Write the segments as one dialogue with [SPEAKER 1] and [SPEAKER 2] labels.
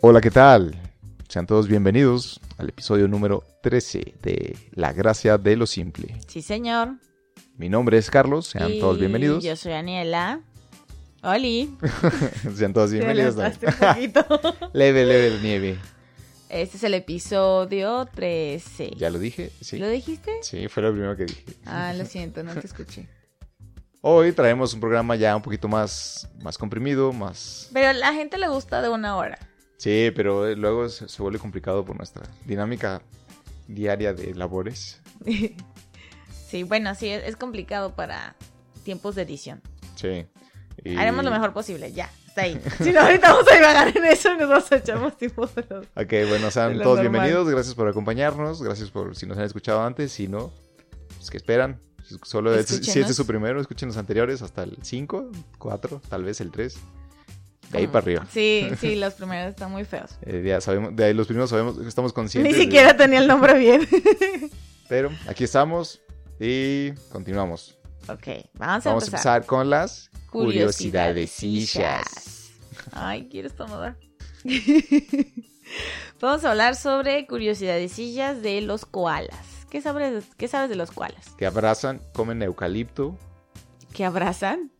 [SPEAKER 1] Hola, ¿qué tal? Sean todos bienvenidos al episodio número 13 de La Gracia de lo Simple.
[SPEAKER 2] Sí, señor.
[SPEAKER 1] Mi nombre es Carlos, sean
[SPEAKER 2] Y
[SPEAKER 1] todos bienvenidos.
[SPEAKER 2] Yo soy Daniela. Oli.
[SPEAKER 1] sean todos
[SPEAKER 2] Te
[SPEAKER 1] bienvenidos.
[SPEAKER 2] adelantaste
[SPEAKER 1] también.
[SPEAKER 2] un poquito.
[SPEAKER 1] leve, leve, nieve.
[SPEAKER 2] este es el episodio 13.
[SPEAKER 1] Ya lo dije, sí.
[SPEAKER 2] ¿Lo dijiste?
[SPEAKER 1] Sí, fue lo primero que dije.
[SPEAKER 2] Ah, lo siento, no te escuché.
[SPEAKER 1] Hoy traemos un programa ya un poquito más, más comprimido, más...
[SPEAKER 2] Pero a la gente le gusta de una hora.
[SPEAKER 1] Sí, pero eh, luego se, se vuelve complicado por nuestra dinámica diaria de labores.
[SPEAKER 2] sí, bueno, sí, es es complicado para tiempos de edición.
[SPEAKER 1] Sí. y-
[SPEAKER 2] Haremos lo mejor posible, ya, está ahí. Si no, ahorita vamos a divagar en eso y nos vamos a echar más tiempo de los-
[SPEAKER 1] Ok, bueno, sean
[SPEAKER 2] De lo
[SPEAKER 1] todos
[SPEAKER 2] normal.
[SPEAKER 1] bienvenidos. Gracias por acompañarnos. Gracias por si nos han escuchado antes. Si no, pues que esperan. Si- Solo es- si este es
[SPEAKER 2] Escúchenos.
[SPEAKER 1] su primero, escuchen los anteriores hasta el 5, 4, tal vez el 3. De ahí
[SPEAKER 2] Ah,
[SPEAKER 1] para arriba.
[SPEAKER 2] Sí, sí, los primeros están muy feos.
[SPEAKER 1] Eh, ya sabemos, de ahí los primeros sabemos, estamos
[SPEAKER 2] Ni
[SPEAKER 1] conscientes. de-
[SPEAKER 2] siquiera tenía el nombre bien.
[SPEAKER 1] pero aquí estamos y continuamos.
[SPEAKER 2] ok, vamos a
[SPEAKER 1] Vamos a
[SPEAKER 2] empezar.
[SPEAKER 1] empezar con las curiosidades.
[SPEAKER 2] curiosidadesillas. Ay, quieres tomar. Vamos a hablar sobre curiosidadecillas de los koalas. ¿Qué sabes, qué sabes de los koalas?
[SPEAKER 1] Que abrazan, comen eucalipto.
[SPEAKER 2] ¿Que abrazan?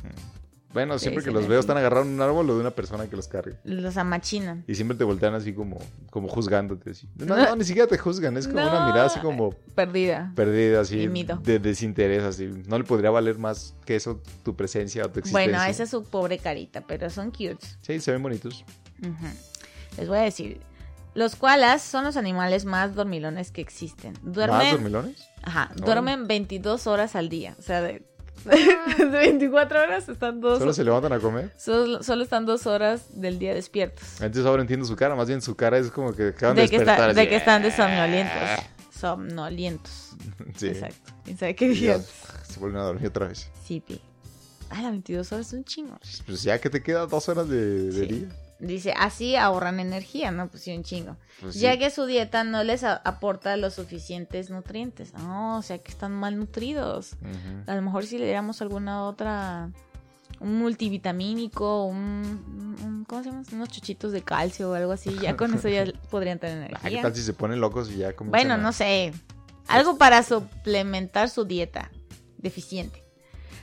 [SPEAKER 1] Bueno,
[SPEAKER 2] Sí,
[SPEAKER 1] siempre que
[SPEAKER 2] sí,
[SPEAKER 1] los
[SPEAKER 2] sí.
[SPEAKER 1] veo están agarrados en un árbol o de una persona que los cargue.
[SPEAKER 2] Los amachinan.
[SPEAKER 1] Y siempre te voltean así como, como juzgándote. Así. No, no, ni siquiera te juzgan, es como una
[SPEAKER 2] No.
[SPEAKER 1] mirada así como
[SPEAKER 2] Perdida.
[SPEAKER 1] perdida, así
[SPEAKER 2] Tímido.
[SPEAKER 1] de desinterés, así. No le podría valer más que eso tu presencia o tu existencia.
[SPEAKER 2] Bueno, esa es su pobre carita, pero son cute.
[SPEAKER 1] Sí, se ven bonitos.
[SPEAKER 2] Ujú. Les voy a decir. Los koalas son los animales más dormilones que existen.
[SPEAKER 1] ¿Más
[SPEAKER 2] Duermen,
[SPEAKER 1] dormilones?
[SPEAKER 2] ajá,
[SPEAKER 1] No.
[SPEAKER 2] duermen 22 horas al día. O sea, de, de 24 horas están dos
[SPEAKER 1] Solo se levantan a comer.
[SPEAKER 2] Solo, solo están dos horas del día despiertos.
[SPEAKER 1] Entonces ahora entiendo su cara, más bien su cara es como que acaban de,
[SPEAKER 2] De que, está-
[SPEAKER 1] despertar.
[SPEAKER 2] de
[SPEAKER 1] así.
[SPEAKER 2] que están de somnolientos. Somnolientos.
[SPEAKER 1] Sí.
[SPEAKER 2] Exacto. ¿Quién sabe qué
[SPEAKER 1] Y ya,
[SPEAKER 2] días?
[SPEAKER 1] se vuelven a dormir otra vez.
[SPEAKER 2] Sí, pi. Ah, las 22 horas es un chingo.
[SPEAKER 1] Pues ya que te quedan dos horas de, de
[SPEAKER 2] Sí.
[SPEAKER 1] día.
[SPEAKER 2] Dice, así ahorran energía, ¿no? Pues sí, un chingo.
[SPEAKER 1] Pues
[SPEAKER 2] Ya
[SPEAKER 1] sí.
[SPEAKER 2] que su dieta no les a- aporta los suficientes nutrientes. No, o sea que están mal nutridos.
[SPEAKER 1] Ujú.
[SPEAKER 2] A lo mejor si le diéramos alguna otra... Un multivitamínico, un, un- ¿Cómo se llama? Unos chuchitos de calcio o algo así. Ya con eso ya podrían tener
[SPEAKER 1] Ah, ¿Qué
[SPEAKER 2] energía.
[SPEAKER 1] tal si se ponen locos y ya comienzan
[SPEAKER 2] Bueno,
[SPEAKER 1] a-
[SPEAKER 2] no sé. Algo para suplementar su dieta deficiente.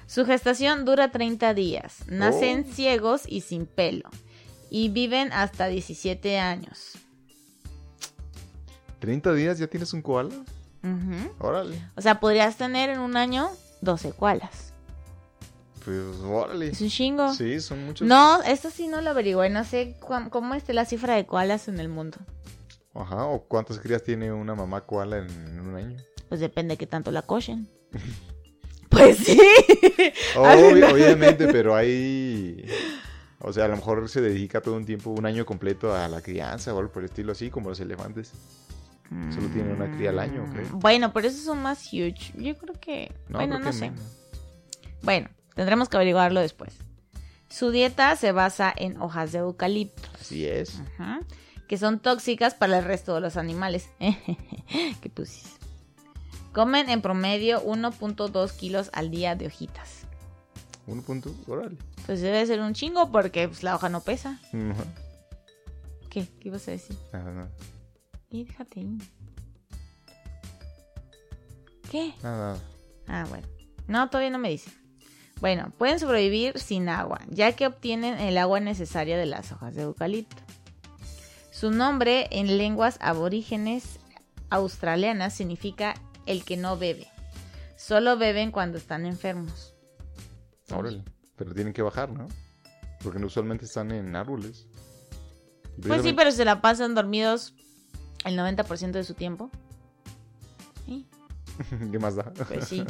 [SPEAKER 2] Su gestación dura 30 días. Nacen ciegos y sin pelo. Y viven hasta 17 años.
[SPEAKER 1] 30 días ya tienes un koala.
[SPEAKER 2] Ujú.
[SPEAKER 1] Órale.
[SPEAKER 2] O sea, podrías tener en un año 12 koalas.
[SPEAKER 1] Pues órale.
[SPEAKER 2] Es un chingo.
[SPEAKER 1] Sí, son muchos.
[SPEAKER 2] No, esto sí no lo averigué. No sé cuán- cómo esté la cifra de koalas en el mundo.
[SPEAKER 1] Ajá, o cuántas crías tiene una mamá koala en, en un año.
[SPEAKER 2] Pues depende que tanto la cochen. Pues sí.
[SPEAKER 1] Obvi-
[SPEAKER 2] final.
[SPEAKER 1] obviamente, pero hay. O sea, a lo mejor se dedica todo un tiempo, un año completo a la crianza o algo por el estilo así, como los elefantes. Solo tiene una cría al año,
[SPEAKER 2] Mm,
[SPEAKER 1] creo.
[SPEAKER 2] Bueno, pero esos son más huge. Yo creo que. bueno,
[SPEAKER 1] creo
[SPEAKER 2] no
[SPEAKER 1] que
[SPEAKER 2] sé.
[SPEAKER 1] menos.
[SPEAKER 2] Bueno, tendremos que averiguarlo después. Su dieta se basa en hojas de eucalipto,
[SPEAKER 1] Así es.
[SPEAKER 2] ajá, que son tóxicas para el resto de los animales. ¿Qué pusis? Comen en promedio 1.2 kilos al día de hojitas.
[SPEAKER 1] Un punto, órale.
[SPEAKER 2] Pues debe ser un chingo porque pues, la hoja no pesa.
[SPEAKER 1] Ujú.
[SPEAKER 2] ¿Qué? ¿Qué ibas a decir?
[SPEAKER 1] Nada, nada,
[SPEAKER 2] Y déjate ahí. ¿Qué?
[SPEAKER 1] nada, nada.
[SPEAKER 2] Ah, bueno. No, todavía no me dice. Bueno, pueden sobrevivir sin agua, ya que obtienen el agua necesaria de las hojas de eucalipto. Su nombre en lenguas aborígenes australianas significa el que no bebe. Solo beben cuando están enfermos. Pues
[SPEAKER 1] Órale. Pero tienen que bajar, ¿no? Porque no usualmente están en árboles. Y
[SPEAKER 2] Pues sí,
[SPEAKER 1] precisamente-
[SPEAKER 2] pero se la pasan dormidos el 90% de su tiempo. Sí,
[SPEAKER 1] ¿Qué más da?
[SPEAKER 2] pues sí.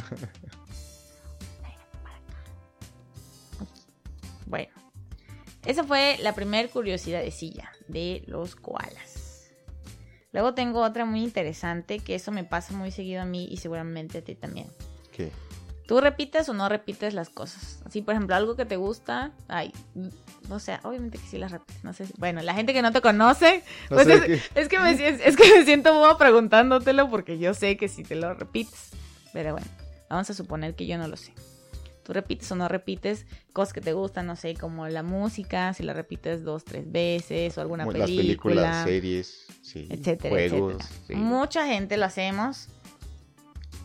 [SPEAKER 2] Bueno, esa fue la primera curiosidad de silla de los koalas. Luego tengo otra muy interesante que eso me pasa muy seguido a mí y seguramente a ti también.
[SPEAKER 1] ¿Qué?
[SPEAKER 2] Tú repites o no repites las cosas. Así, por ejemplo, algo que te gusta, ay, no sé, obviamente que sí las repites, no sé. si- bueno, la gente que no te conoce,
[SPEAKER 1] No
[SPEAKER 2] pues
[SPEAKER 1] sé
[SPEAKER 2] es,
[SPEAKER 1] qué.
[SPEAKER 2] es que me, si- es que me siento boba preguntándotelo porque yo sé que si te lo repites. Pero bueno, vamos a suponer que yo no lo sé. Tú repites o no repites cosas que te gustan, no sé, como la música, si la repites dos, tres veces o alguna
[SPEAKER 1] Como
[SPEAKER 2] película.
[SPEAKER 1] Las películas, series, sí,
[SPEAKER 2] etcétera,
[SPEAKER 1] juegos.
[SPEAKER 2] etcétera.
[SPEAKER 1] sí.
[SPEAKER 2] Mucha gente lo hacemos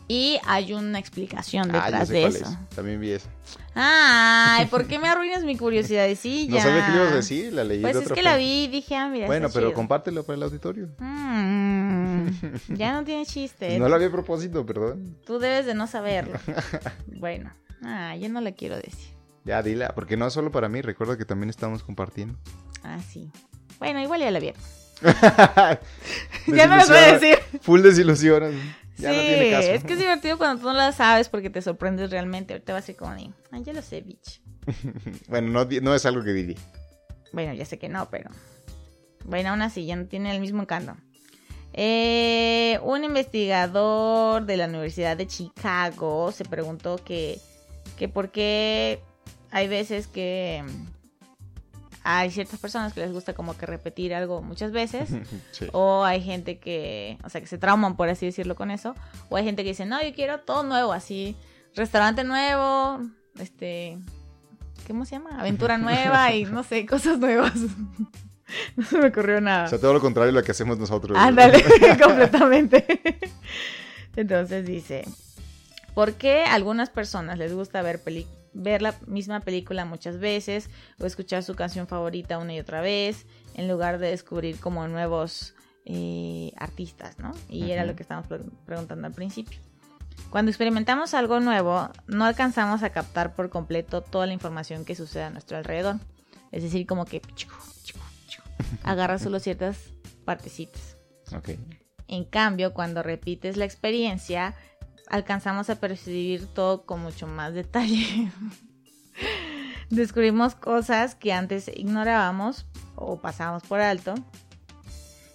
[SPEAKER 2] y hay una explicación
[SPEAKER 1] Ah, ya
[SPEAKER 2] detrás
[SPEAKER 1] sé
[SPEAKER 2] de
[SPEAKER 1] cuál
[SPEAKER 2] eso.
[SPEAKER 1] es. También vi esa.
[SPEAKER 2] Ay, ¿por qué me arruinas mi curiosidad? Sí,
[SPEAKER 1] No
[SPEAKER 2] ya.
[SPEAKER 1] sabía qué le ibas a decir, la leí
[SPEAKER 2] Pues
[SPEAKER 1] de
[SPEAKER 2] es
[SPEAKER 1] otra
[SPEAKER 2] que la
[SPEAKER 1] forma.
[SPEAKER 2] vi y dije, ah, mira,
[SPEAKER 1] Bueno,
[SPEAKER 2] está
[SPEAKER 1] pero
[SPEAKER 2] chido.
[SPEAKER 1] compártelo para el auditorio.
[SPEAKER 2] Mm, ya no tiene chiste.
[SPEAKER 1] No la vi a propósito, perdón.
[SPEAKER 2] Tú debes de no saberlo. Bueno, ah, yo no le quiero decir.
[SPEAKER 1] Ya, dila, porque no es solo para mí, recuerda que también estamos compartiendo.
[SPEAKER 2] Ah, sí. Bueno, igual ya la vieron. Ya no les voy a
[SPEAKER 1] Desilusiona-
[SPEAKER 2] decir.
[SPEAKER 1] Full desilusionas. Ya
[SPEAKER 2] sí,
[SPEAKER 1] no tiene caso.
[SPEAKER 2] es que es divertido cuando tú no la sabes porque te sorprendes realmente. Ahorita vas a ir como de, ah, ya lo sé, bitch.
[SPEAKER 1] Bueno, no, di- no es algo que diría.
[SPEAKER 2] Bueno, ya sé que no, pero. Bueno, aún así, ya no tiene el mismo encanto. Eh, un investigador de la Universidad de Chicago se preguntó que, que por qué hay veces que mm, hay ciertas personas que les gusta como que repetir algo muchas veces.
[SPEAKER 1] Sí.
[SPEAKER 2] O hay gente que, o sea, que se trauman, por así decirlo, con eso. O hay gente que dice, no, yo quiero todo nuevo, así, restaurante nuevo, este, ¿cómo se llama? Aventura nueva y no sé, cosas nuevas. no se me ocurrió nada.
[SPEAKER 1] O sea, todo lo contrario a lo que hacemos nosotros.
[SPEAKER 2] Ándale, Ah, completamente. Entonces dice, ¿por qué a algunas personas les gusta ver, peli- ver la misma película muchas veces o escuchar su canción favorita una y otra vez en lugar de descubrir como nuevos eh, artistas, ¿no? Y era
[SPEAKER 1] Ujú.
[SPEAKER 2] lo que estábamos pre- preguntando al principio. Cuando experimentamos algo nuevo, no alcanzamos a captar por completo toda la información que sucede a nuestro alrededor. Es decir, como que agarra solo ciertas partecitas.
[SPEAKER 1] Ok.
[SPEAKER 2] En cambio, cuando repites la experiencia, alcanzamos a percibir todo con mucho más detalle. Descubrimos cosas que antes ignorábamos o pasábamos por alto.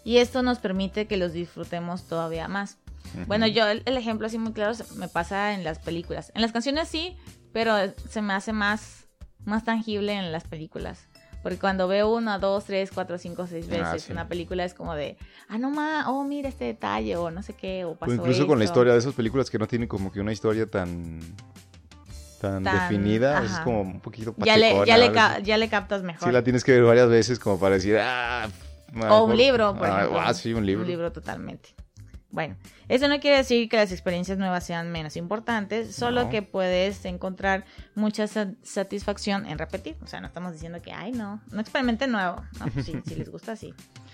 [SPEAKER 2] Y esto nos permite que los disfrutemos todavía más.
[SPEAKER 1] Ujú.
[SPEAKER 2] Bueno, yo el, el ejemplo así muy claro se- me pasa en las películas. En las canciones sí, pero se me hace más, más tangible en las películas. Porque cuando veo una, dos, tres, cuatro, cinco, seis
[SPEAKER 1] Ah,
[SPEAKER 2] veces
[SPEAKER 1] sí.
[SPEAKER 2] una película es como de, ah, no más, oh, mira este detalle, o no sé qué, o
[SPEAKER 1] O
[SPEAKER 2] pasó
[SPEAKER 1] Pues incluso con la
[SPEAKER 2] esto.
[SPEAKER 1] historia de esas películas que no tienen como que una historia tan. tan,
[SPEAKER 2] Tan-
[SPEAKER 1] definida. Es
[SPEAKER 2] ajá.
[SPEAKER 1] como un poquito
[SPEAKER 2] Ya le, ya,
[SPEAKER 1] pachecona,
[SPEAKER 2] le
[SPEAKER 1] algo
[SPEAKER 2] ca-
[SPEAKER 1] así.
[SPEAKER 2] ya le captas mejor.
[SPEAKER 1] Sí, la tienes que ver varias veces como para decir. Ah,
[SPEAKER 2] O un libro, por
[SPEAKER 1] ah,
[SPEAKER 2] ejemplo.
[SPEAKER 1] Ah, sí, un libro.
[SPEAKER 2] Un libro totalmente. Bueno, eso no quiere decir que las experiencias nuevas sean menos importantes, solo
[SPEAKER 1] No.
[SPEAKER 2] que puedes encontrar mucha sa- satisfacción en repetir. O sea, no estamos diciendo que, ay, no, no experimenten nuevo. No, pues sí, si les gusta, sí.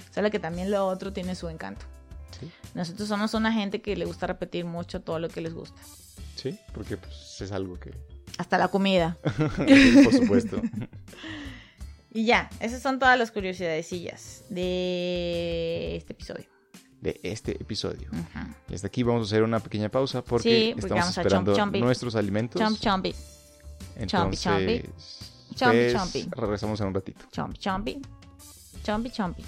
[SPEAKER 2] Solo que también lo otro tiene su encanto.
[SPEAKER 1] Sí.
[SPEAKER 2] Nosotros somos una gente que le gusta repetir mucho todo lo que les gusta.
[SPEAKER 1] Sí, porque pues, es algo que.
[SPEAKER 2] Hasta la comida.
[SPEAKER 1] por supuesto.
[SPEAKER 2] Y ya, esas son todas las curiosidadecillas de este episodio.
[SPEAKER 1] De este episodio.
[SPEAKER 2] Ujú.
[SPEAKER 1] Y hasta aquí vamos a hacer una pequeña pausa porque,
[SPEAKER 2] Sí, porque
[SPEAKER 1] estamos
[SPEAKER 2] vamos a chomp,
[SPEAKER 1] esperando
[SPEAKER 2] chompi.
[SPEAKER 1] nuestros alimentos.
[SPEAKER 2] Chomp, chompy. chompi,
[SPEAKER 1] Entonces,
[SPEAKER 2] chompi. Chompi,
[SPEAKER 1] pues,
[SPEAKER 2] chompi.
[SPEAKER 1] regresamos en un ratito.
[SPEAKER 2] Chompi, chompi. Chompi, chompi.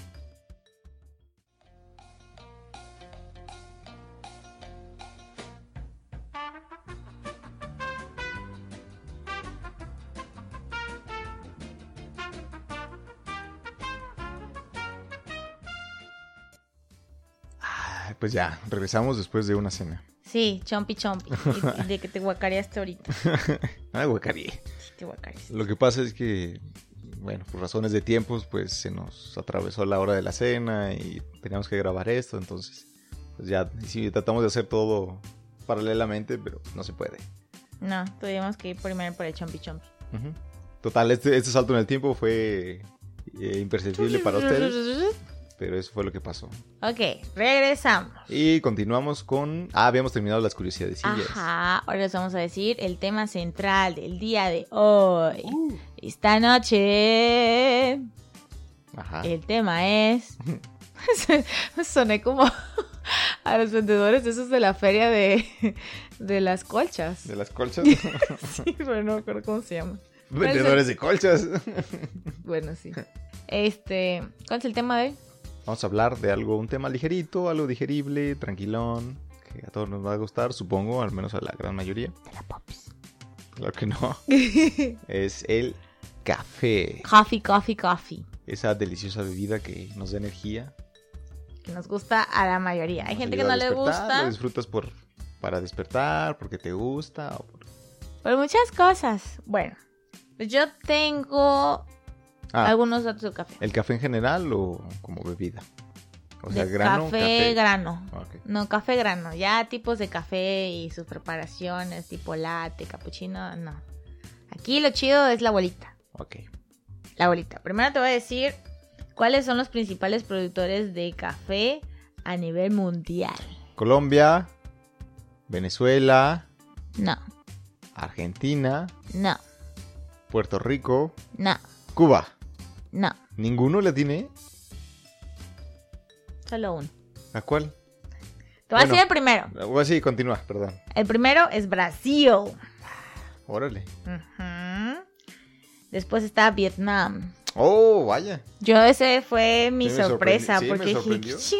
[SPEAKER 1] Ah, Pues ya, regresamos después de una cena.
[SPEAKER 2] Sí, chompi, chompi. Y- y De que te guacareaste ahorita.
[SPEAKER 1] Ah, guacarí.
[SPEAKER 2] Sí, te guacareaste.
[SPEAKER 1] Lo que pasa es que, bueno, por razones de tiempos, pues se nos atravesó la hora de la cena y teníamos que grabar esto, entonces, pues ya, sí, tratamos de hacer todo paralelamente, pero no se puede.
[SPEAKER 2] No, tuvimos que ir primero por el chompi, chompi.
[SPEAKER 1] Ujú. Total, este, este salto en el tiempo fue eh, imperceptible para ustedes, pero eso fue lo que pasó.
[SPEAKER 2] Ok, regresamos.
[SPEAKER 1] Y continuamos con... Ah, habíamos terminado las curiosidades.
[SPEAKER 2] Ajá, ahora les vamos a decir el tema central del día de hoy.
[SPEAKER 1] Uh.
[SPEAKER 2] Esta noche
[SPEAKER 1] Ajá.
[SPEAKER 2] el tema es... Soné como a los vendedores de esos de la feria de, de las colchas.
[SPEAKER 1] ¿De las colchas?
[SPEAKER 2] Sí, pero no me acuerdo cómo se llama.
[SPEAKER 1] Vendedores de colchas.
[SPEAKER 2] Bueno, sí. Este, ¿cuál es el tema de hoy?
[SPEAKER 1] Vamos a hablar de algo, un tema ligerito, algo digerible, tranquilón, que a todos nos va a gustar, supongo, al menos a la gran mayoría.
[SPEAKER 2] De la popis.
[SPEAKER 1] Claro que no. Es el café.
[SPEAKER 2] coffee, coffee, coffee.
[SPEAKER 1] Esa deliciosa bebida que nos da energía.
[SPEAKER 2] Que nos gusta a la mayoría. Hay
[SPEAKER 1] nos
[SPEAKER 2] gente que
[SPEAKER 1] ayuda
[SPEAKER 2] no
[SPEAKER 1] a
[SPEAKER 2] le
[SPEAKER 1] despertar, Lo
[SPEAKER 2] gusta.
[SPEAKER 1] disfrutas por, para despertar, porque te gusta o por
[SPEAKER 2] Por muchas cosas. Bueno, pues yo tengo
[SPEAKER 1] Ah,
[SPEAKER 2] algunos datos del café.
[SPEAKER 1] ¿El café en general o como bebida? O sea,
[SPEAKER 2] De
[SPEAKER 1] grano,
[SPEAKER 2] café,
[SPEAKER 1] café.
[SPEAKER 2] grano.
[SPEAKER 1] Ah, ok.
[SPEAKER 2] No, café grano. Ya tipos de café y sus preparaciones, tipo latte, capuchino, no. Aquí lo chido es la bolita.
[SPEAKER 1] Ok.
[SPEAKER 2] La bolita. Primero te voy a decir cuáles son los principales productores de café a nivel mundial.
[SPEAKER 1] Colombia, Venezuela,
[SPEAKER 2] No,
[SPEAKER 1] Argentina,
[SPEAKER 2] no,
[SPEAKER 1] Puerto Rico,
[SPEAKER 2] no,
[SPEAKER 1] Cuba.
[SPEAKER 2] no.
[SPEAKER 1] ¿Ninguno le tiene?
[SPEAKER 2] Solo uno.
[SPEAKER 1] ¿A cuál?
[SPEAKER 2] Te voy
[SPEAKER 1] Bueno.
[SPEAKER 2] a decir el primero.
[SPEAKER 1] O así, continúa, perdón.
[SPEAKER 2] El primero es Brasil.
[SPEAKER 1] Órale.
[SPEAKER 2] Ujú. Después está Vietnam.
[SPEAKER 1] Oh, vaya.
[SPEAKER 2] Yo ese fue mi
[SPEAKER 1] Sí, me
[SPEAKER 2] sorpresa
[SPEAKER 1] sorprendi- sí, me
[SPEAKER 2] porque dije,
[SPEAKER 1] sorprendió.
[SPEAKER 2] "Chin".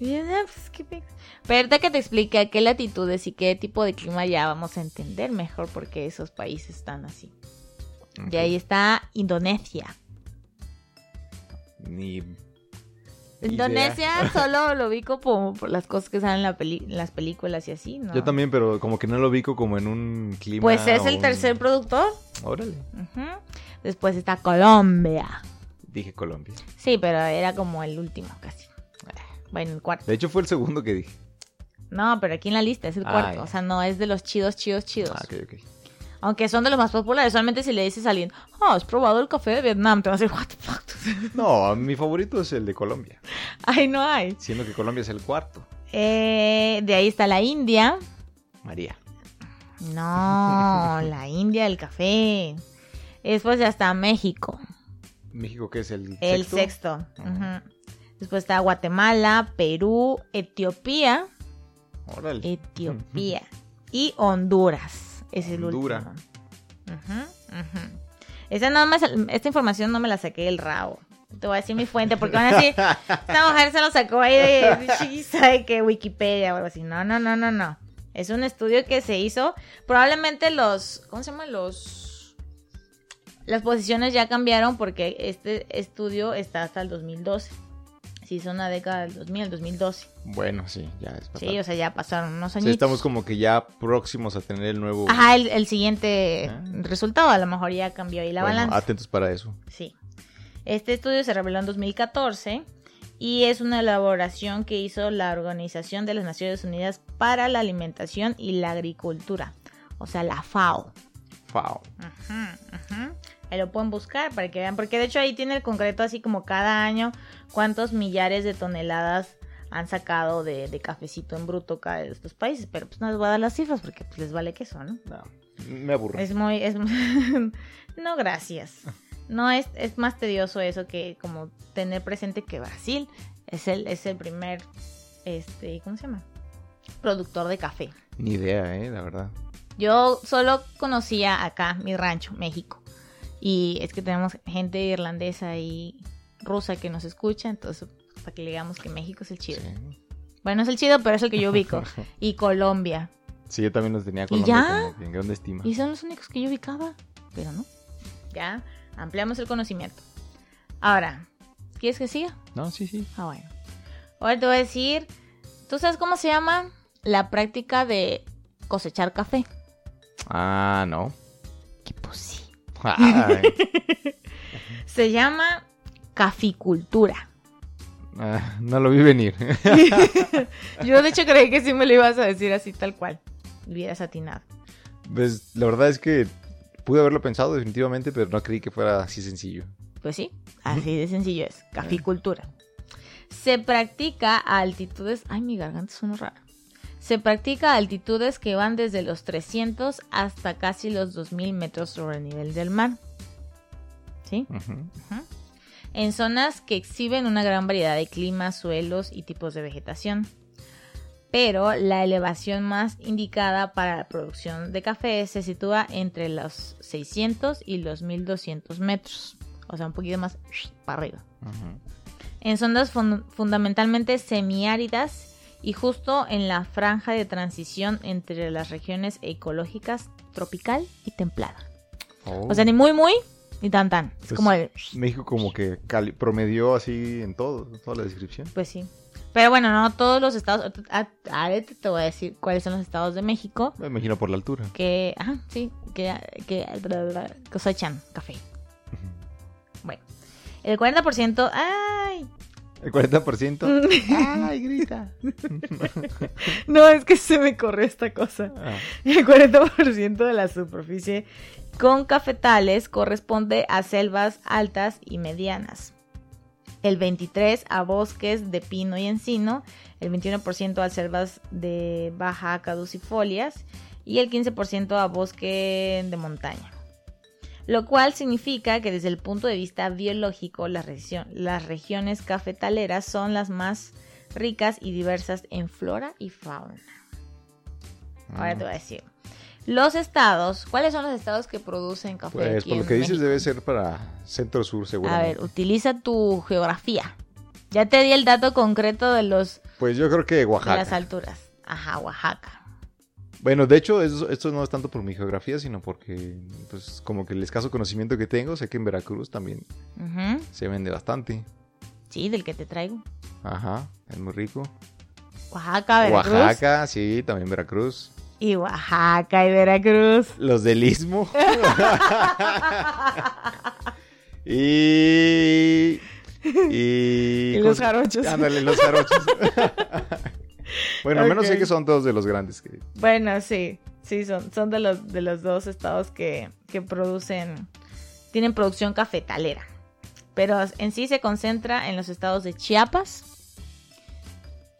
[SPEAKER 2] Y yo, "Ah, pues, qué pe-". Pero ahorita que te explique a qué latitudes y qué tipo de clima ya vamos a entender mejor porque esos países están así. Y ahí está Indonesia.
[SPEAKER 1] Ni Idea.
[SPEAKER 2] Indonesia solo lo ubico por, por las cosas que salen en, la peli- en las películas y así, ¿no?
[SPEAKER 1] Yo también, pero como que no lo ubico como en un clima.
[SPEAKER 2] Pues es
[SPEAKER 1] o
[SPEAKER 2] el
[SPEAKER 1] un-
[SPEAKER 2] tercer productor.
[SPEAKER 1] Órale.
[SPEAKER 2] Ujú. Después está Colombia.
[SPEAKER 1] Dije Colombia.
[SPEAKER 2] Sí, pero era como el último casi. Bueno, el cuarto.
[SPEAKER 1] De hecho, fue el segundo que dije.
[SPEAKER 2] No, pero aquí en la lista es el
[SPEAKER 1] Ah,
[SPEAKER 2] cuarto.
[SPEAKER 1] ya.
[SPEAKER 2] O sea, no es de los chidos, chidos, chidos.
[SPEAKER 1] Ah, ok, ok.
[SPEAKER 2] Aunque son de los más populares. Solamente si le dices a alguien, oh, has probado el café de Vietnam, te va a decir, what the fuck.
[SPEAKER 1] No, mi favorito es el de Colombia.
[SPEAKER 2] Ay, no hay.
[SPEAKER 1] Siendo que Colombia es el cuarto.
[SPEAKER 2] Eh, de ahí está la India.
[SPEAKER 1] María.
[SPEAKER 2] No, la India, el café. Después ya está México,
[SPEAKER 1] México, que es el
[SPEAKER 2] el
[SPEAKER 1] sexto?
[SPEAKER 2] sexto.
[SPEAKER 1] Ah.
[SPEAKER 2] Ujú. Después está Guatemala, Perú, Etiopía,
[SPEAKER 1] Órale.
[SPEAKER 2] Etiopía y Honduras. Es el
[SPEAKER 1] Honduras.
[SPEAKER 2] último. Ujú, ujú. Esa no me sal- esta información no me la saqué del rabo. Te voy a decir mi fuente porque van a decir, esta mujer se lo sacó ahí de, sí, sabe que Wikipedia o algo así. No, no, no, no, no. Es un estudio que se hizo. Probablemente los, ¿cómo se llama? Los... Las posiciones ya cambiaron porque este estudio está hasta el 2012. Se hizo una década del 2000 al 2012.
[SPEAKER 1] Bueno, sí, ya es bastante.
[SPEAKER 2] Sí, o sea, ya pasaron unos
[SPEAKER 1] Sí,
[SPEAKER 2] años.
[SPEAKER 1] estamos como que ya próximos a tener el nuevo.
[SPEAKER 2] Ajá, el, el siguiente
[SPEAKER 1] Ah.
[SPEAKER 2] resultado a lo mejor ya cambió ahí la
[SPEAKER 1] Bueno,
[SPEAKER 2] balanza.
[SPEAKER 1] atentos para eso.
[SPEAKER 2] Sí. Este estudio se reveló en 2014 y es una elaboración que hizo la Organización de las Naciones Unidas para la Alimentación y la Agricultura, o sea, la FAO.
[SPEAKER 1] Wow.
[SPEAKER 2] Ajá, ajá. Ahí lo pueden buscar para que vean, porque de hecho ahí tiene el concreto así como cada año cuántos millares de toneladas han sacado de, de cafecito en bruto cada de estos países, pero pues no les voy a dar las cifras porque pues, les vale queso, ¿no?
[SPEAKER 1] No, me aburro.
[SPEAKER 2] Es muy, es no gracias. No es, es más tedioso eso que como tener presente que Brasil es el, es el primer este, ¿cómo se llama? productor de café.
[SPEAKER 1] Ni idea, eh, la verdad.
[SPEAKER 2] Yo solo conocía acá mi rancho, México. Y es que tenemos gente irlandesa y rusa que nos escucha, entonces para que le digamos que México es el chido.
[SPEAKER 1] Sí.
[SPEAKER 2] Bueno, es el chido, pero es el que yo ubico. Y Colombia.
[SPEAKER 1] Sí, yo también los tenía con
[SPEAKER 2] ya?
[SPEAKER 1] en grande estima.
[SPEAKER 2] Y son los únicos que yo ubicaba, pero no. Ya, ampliamos el conocimiento. Ahora, ¿quieres que siga?
[SPEAKER 1] No, sí, sí.
[SPEAKER 2] Ah, bueno. Ahora te voy a decir, ¿tú sabes cómo se llama la práctica de cosechar café?
[SPEAKER 1] Ah, no.
[SPEAKER 2] Que pues sí.
[SPEAKER 1] Ay.
[SPEAKER 2] Se llama caficultura.
[SPEAKER 1] Ah, no lo vi venir.
[SPEAKER 2] Yo de hecho creí que sí me lo ibas a decir así tal cual. Hubieras atinado.
[SPEAKER 1] Pues la verdad es que pude haberlo pensado definitivamente, pero no creí que fuera así sencillo.
[SPEAKER 2] Pues sí, así de sencillo es. Caficultura. Se practica a altitudes. Ay, mi garganta suena raro. Se practica a altitudes que van desde los 300 hasta casi los 2000 metros sobre el nivel del mar. ¿Sí?
[SPEAKER 1] Ujú.
[SPEAKER 2] en zonas que exhiben una gran variedad de climas, suelos y tipos de vegetación. Pero la elevación más indicada para la producción de café se sitúa entre los 600 y los 1200 metros, o sea, un poquito más para arriba.
[SPEAKER 1] Ujú.
[SPEAKER 2] En zonas fun- fundamentalmente semiáridas y justo en la franja de transición entre las regiones ecológicas tropical y templada.
[SPEAKER 1] Oh.
[SPEAKER 2] O sea, ni muy muy ni tan tan. Es
[SPEAKER 1] Pues-
[SPEAKER 2] como el
[SPEAKER 1] México como que cali- promedió así en todo, toda la descripción.
[SPEAKER 2] Pues sí. Pero bueno, no todos los estados. a- a- Ahorita te voy a decir cuáles son los estados de México
[SPEAKER 1] Me imagino por la altura.
[SPEAKER 2] que. Ajá, sí, que, que, que cosechan café. Bueno, el 40%. ¡Ay!
[SPEAKER 1] El 40%. ¡Ay, grita!
[SPEAKER 2] No, es que se me corrió esta cosa.
[SPEAKER 1] Ah,
[SPEAKER 2] El 40% de la superficie con cafetales corresponde a selvas altas y medianas. El 23% a bosques de pino y encino. El 21% a selvas de baja caducifolias. Y el 15% a bosque de montaña. Lo cual significa que desde el punto de vista biológico las, regi- las regiones cafetaleras son las más ricas y diversas en flora y fauna. Ahora
[SPEAKER 1] Mm.
[SPEAKER 2] te voy a decir. Los estados, ¿cuáles son los estados que producen café?
[SPEAKER 1] Pues
[SPEAKER 2] aquí
[SPEAKER 1] por lo
[SPEAKER 2] en
[SPEAKER 1] que dices
[SPEAKER 2] México?
[SPEAKER 1] debe ser para centro-sur
[SPEAKER 2] A ver,
[SPEAKER 1] seguramente.
[SPEAKER 2] utiliza tu geografía. Ya te di el dato concreto de los
[SPEAKER 1] Pues yo creo que
[SPEAKER 2] de las
[SPEAKER 1] Oaxaca.
[SPEAKER 2] alturas. Ajá, Oaxaca.
[SPEAKER 1] Bueno, de hecho, eso- esto, no es tanto por mi geografía, sino porque, pues, como que el escaso conocimiento que tengo, sé que en Veracruz también
[SPEAKER 2] Ujú.
[SPEAKER 1] se vende bastante.
[SPEAKER 2] Sí, del que te traigo.
[SPEAKER 1] Ajá, es muy rico.
[SPEAKER 2] Oaxaca, Veracruz.
[SPEAKER 1] Oaxaca, sí, también Veracruz.
[SPEAKER 2] Y Oaxaca y Veracruz.
[SPEAKER 1] Los del Istmo. y. Y.
[SPEAKER 2] Y los
[SPEAKER 1] ¿cómo se-
[SPEAKER 2] jarochos.
[SPEAKER 1] Ándale, los jarochos. bueno, al menos sé
[SPEAKER 2] Ok.
[SPEAKER 1] que son todos de los grandes. que-
[SPEAKER 2] Bueno, sí. Sí, son, son de, los, de los dos estados que, que producen, tienen producción cafetalera. Pero en sí se concentra en los estados de Chiapas.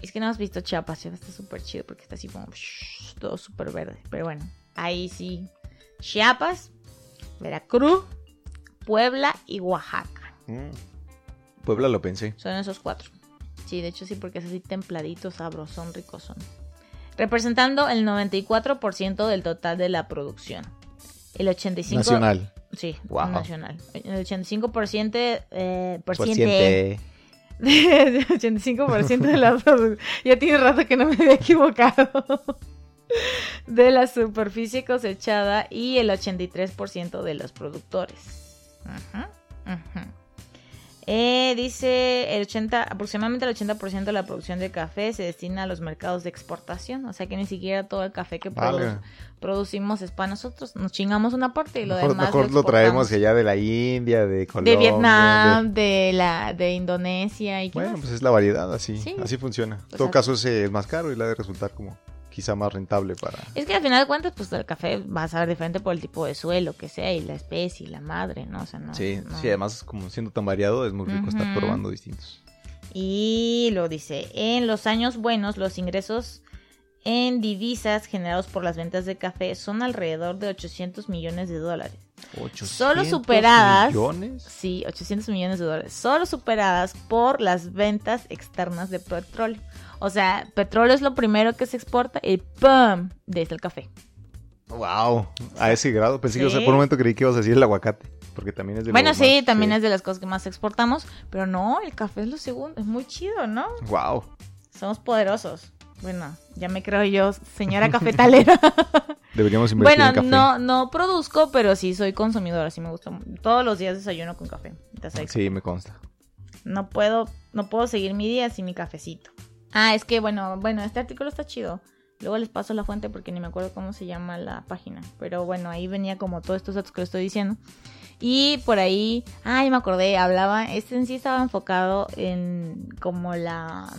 [SPEAKER 2] Es que no has visto Chiapas, Chiapas está súper chido porque está así como shh, todo súper verde. Pero bueno, ahí sí. Chiapas, Veracruz, Puebla y Oaxaca.
[SPEAKER 1] Mm. Puebla lo pensé.
[SPEAKER 2] Son esos cuatro. Sí, de hecho sí, porque es así templadito, sabrosón, ricosón. Representando el 94% del total de la producción. El 85%.
[SPEAKER 1] Nacional.
[SPEAKER 2] Sí,
[SPEAKER 1] Wow.
[SPEAKER 2] nacional. El 85%, eh, por ciente.
[SPEAKER 1] Paciente.
[SPEAKER 2] El 85% de la producción. Ya tiene rato que no me había equivocado. De la superficie cosechada y el 83% de los productores. Ajá, ajá. Eh, dice el 80, aproximadamente el 80% de la producción de café se destina a los mercados de exportación. O sea que ni siquiera todo el café que
[SPEAKER 1] Vale.
[SPEAKER 2] produ- producimos es para nosotros. Nos chingamos una parte y lo
[SPEAKER 1] mejor
[SPEAKER 2] demás.
[SPEAKER 1] mejor lo,
[SPEAKER 2] exportamos.
[SPEAKER 1] traemos allá de la India, de Colombia.
[SPEAKER 2] De
[SPEAKER 1] de-
[SPEAKER 2] Vietnam, de la de Indonesia y qué
[SPEAKER 1] Bueno,
[SPEAKER 2] más?
[SPEAKER 1] pues es la variedad, así,
[SPEAKER 2] Sí. Pues
[SPEAKER 1] así funciona. En
[SPEAKER 2] O
[SPEAKER 1] todo
[SPEAKER 2] sea-
[SPEAKER 1] caso, ese es más caro y la de resultar como quizá más rentable para.
[SPEAKER 2] Es que al final de cuentas, pues el café va a saber diferente por el tipo de suelo que sea y la especie y la madre, ¿no? O sea, no.
[SPEAKER 1] Sí,
[SPEAKER 2] no.
[SPEAKER 1] sí, además como siendo tan variado es muy rico estar
[SPEAKER 2] Ujú.
[SPEAKER 1] probando distintos.
[SPEAKER 2] Y lo dice, en los años buenos los ingresos en divisas generados por las ventas de café son alrededor de 800 millones de dólares. Solo
[SPEAKER 1] 800
[SPEAKER 2] superadas.
[SPEAKER 1] millones.
[SPEAKER 2] Sí, 800 millones de dólares, solo superadas por las ventas externas de petróleo. O sea, petróleo es lo primero que se exporta y ¡pum! Desde el café.
[SPEAKER 1] Wow, a ese grado. Pensé que o sea,
[SPEAKER 2] Sí.
[SPEAKER 1] por un momento creí que ibas a decir el aguacate, porque también es de
[SPEAKER 2] Bueno, sí, también es de las cosas que más exportamos, pero no, el café es lo segundo, es muy chido, ¿no?
[SPEAKER 1] es Wow.
[SPEAKER 2] Somos poderosos. Bueno, ya me creo yo, señora cafetalera.
[SPEAKER 1] Deberíamos invertir
[SPEAKER 2] bueno,
[SPEAKER 1] en café.
[SPEAKER 2] no no produzco, pero sí soy consumidora, sí me gusta. Todos los días desayuno con café. taza de
[SPEAKER 1] Sí, me consta.
[SPEAKER 2] No puedo, no puedo seguir mi día sin mi cafecito. Ah, es que bueno, bueno, este artículo está chido. Luego les paso la fuente porque ni me acuerdo cómo se llama la página. Pero bueno, ahí venía como todos estos datos que les estoy diciendo. Y por ahí, ay, me acordé, hablaba, este en sí estaba enfocado en como la...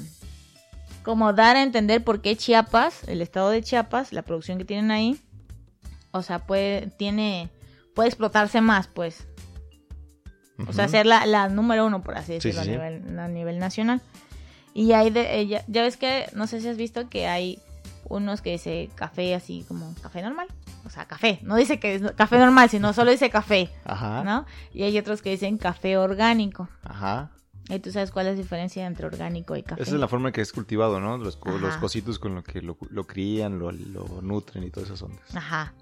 [SPEAKER 2] Como dar a entender por qué Chiapas, el estado de Chiapas, la producción que tienen ahí, o sea, puede, tiene, puede explotarse más, pues. O sea,
[SPEAKER 1] Ujú.
[SPEAKER 2] ser la, la número uno, por así
[SPEAKER 1] Sí,
[SPEAKER 2] decirlo,
[SPEAKER 1] sí, sí.
[SPEAKER 2] a, nivel, a nivel nacional. Y hay de, eh, ya, ya ves que, no sé si has visto que hay unos que dice café así como café normal. O sea, café. No dice que es café normal, sino solo dice café,
[SPEAKER 1] Ajá.
[SPEAKER 2] ¿no? Y hay otros que dicen café orgánico.
[SPEAKER 1] Ajá.
[SPEAKER 2] ¿Y tú sabes cuál es la diferencia entre orgánico y café?
[SPEAKER 1] Esa es la forma en que es cultivado, ¿no? Los, co- los
[SPEAKER 2] Ajá.
[SPEAKER 1] cositos con los que lo, lo crían, lo, lo nutren y todas esas ondas.
[SPEAKER 2] Ajá.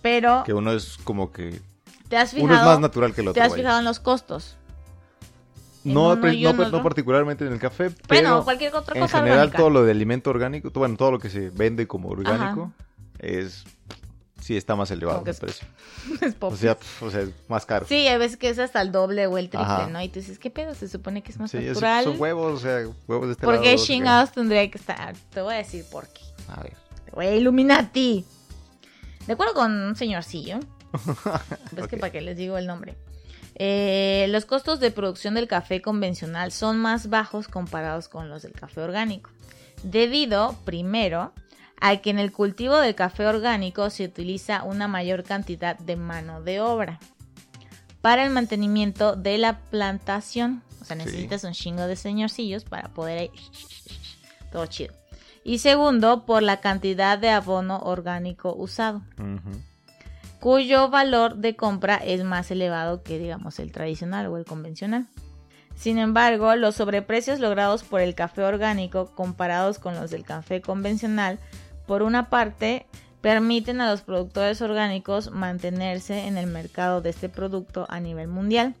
[SPEAKER 2] Pero,
[SPEAKER 1] Que uno es como que...
[SPEAKER 2] ¿te has
[SPEAKER 1] Uno es más
[SPEAKER 2] fijado?
[SPEAKER 1] natural que el otro.
[SPEAKER 2] ¿Te has
[SPEAKER 1] vaya.
[SPEAKER 2] fijado en los costos? en
[SPEAKER 1] No,
[SPEAKER 2] uno
[SPEAKER 1] pre-
[SPEAKER 2] y
[SPEAKER 1] no,
[SPEAKER 2] en
[SPEAKER 1] pre-
[SPEAKER 2] otro?
[SPEAKER 1] no particularmente en el café, pero
[SPEAKER 2] Bueno, cualquier otra
[SPEAKER 1] en
[SPEAKER 2] cosa
[SPEAKER 1] general
[SPEAKER 2] orgánica.
[SPEAKER 1] todo lo de alimento orgánico, bueno, todo lo que se vende como orgánico es sí está más elevado
[SPEAKER 2] Como que
[SPEAKER 1] el
[SPEAKER 2] es-
[SPEAKER 1] precio.
[SPEAKER 2] Es
[SPEAKER 1] O
[SPEAKER 2] poco.
[SPEAKER 1] sea, pf, o sea, es más caro.
[SPEAKER 2] Sí, hay veces que es hasta el doble o el triple,
[SPEAKER 1] Ajá.
[SPEAKER 2] ¿no? Y tú dices, ¿qué pedo? Se supone que es más
[SPEAKER 1] Sí, es-
[SPEAKER 2] natural.
[SPEAKER 1] son huevos, o sea, huevos de este
[SPEAKER 2] ¿Por
[SPEAKER 1] lado,
[SPEAKER 2] qué
[SPEAKER 1] o sea,
[SPEAKER 2] chingados tendría que estar? Te voy a decir por qué.
[SPEAKER 1] A ver.
[SPEAKER 2] Güey, Illuminati. De acuerdo con un señorcillo. Pues que
[SPEAKER 1] Ok.
[SPEAKER 2] para qué les digo el nombre. Eh, los costos de producción del café convencional son más bajos comparados con los del café orgánico. Debido, primero, a que en el cultivo del café orgánico se utiliza una mayor cantidad de mano de obra para el mantenimiento de la plantación. O sea,
[SPEAKER 1] Sí.
[SPEAKER 2] necesitas un chingo de señorcillos para poder ahí- Todo chido. Y segundo, por la cantidad de abono orgánico usado,
[SPEAKER 1] Ujú.
[SPEAKER 2] cuyo valor de compra es más elevado que, digamos, el tradicional o el convencional. Sin embargo, los sobreprecios logrados por el café orgánico comparados con los del café convencional, por una parte, permiten a los productores orgánicos mantenerse en el mercado de este producto a nivel mundial,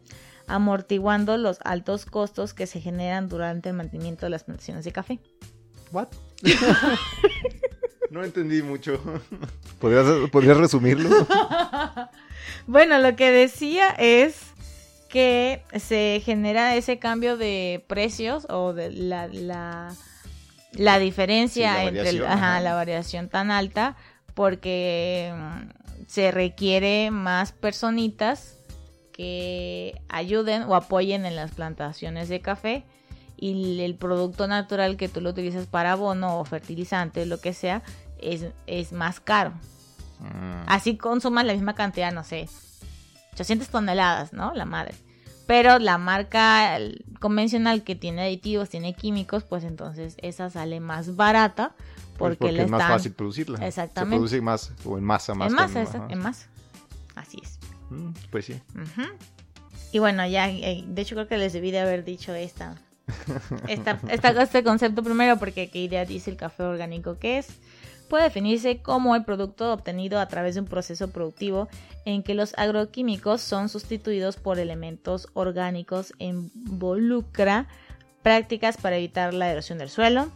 [SPEAKER 2] amortiguando los altos costos que se generan durante el mantenimiento de las plantaciones de café.
[SPEAKER 1] What? no entendí mucho. ¿Podrías, podrías resumirlo?
[SPEAKER 2] Bueno, lo que decía es que se genera ese cambio de precios o de la, la, la diferencia
[SPEAKER 1] Sí, la
[SPEAKER 2] entre el-
[SPEAKER 1] variación,
[SPEAKER 2] ajá,
[SPEAKER 1] ajá.
[SPEAKER 2] la variación tan alta porque mm, se requiere más personitas que ayuden o apoyen en las plantaciones de café y el- el producto natural que tú lo utilizas para abono o fertilizante, lo que sea, es, es más caro
[SPEAKER 1] Mm,
[SPEAKER 2] así consumas la misma cantidad, no sé, 800 toneladas, ¿no? La madre. Pero la marca el convencional que tiene aditivos, tiene químicos, pues entonces esa sale más barata
[SPEAKER 1] pues
[SPEAKER 2] porque, le
[SPEAKER 1] es más
[SPEAKER 2] están
[SPEAKER 1] fácil producirla.
[SPEAKER 2] Exactamente.
[SPEAKER 1] Se produce más o en masa más.
[SPEAKER 2] en más,
[SPEAKER 1] que en-
[SPEAKER 2] esa-
[SPEAKER 1] ajá.
[SPEAKER 2] en más. Así es.
[SPEAKER 1] Mm, Pues sí.
[SPEAKER 2] Ujú. Y bueno, ya, eh, de hecho creo que les debí de haber dicho esta, esta, esta- este concepto primero porque qué idea dice el café orgánico que es. Puede definirse como el producto obtenido a través de un proceso productivo en que los agroquímicos son sustituidos por elementos orgánicos e involucra prácticas para evitar la erosión del suelo,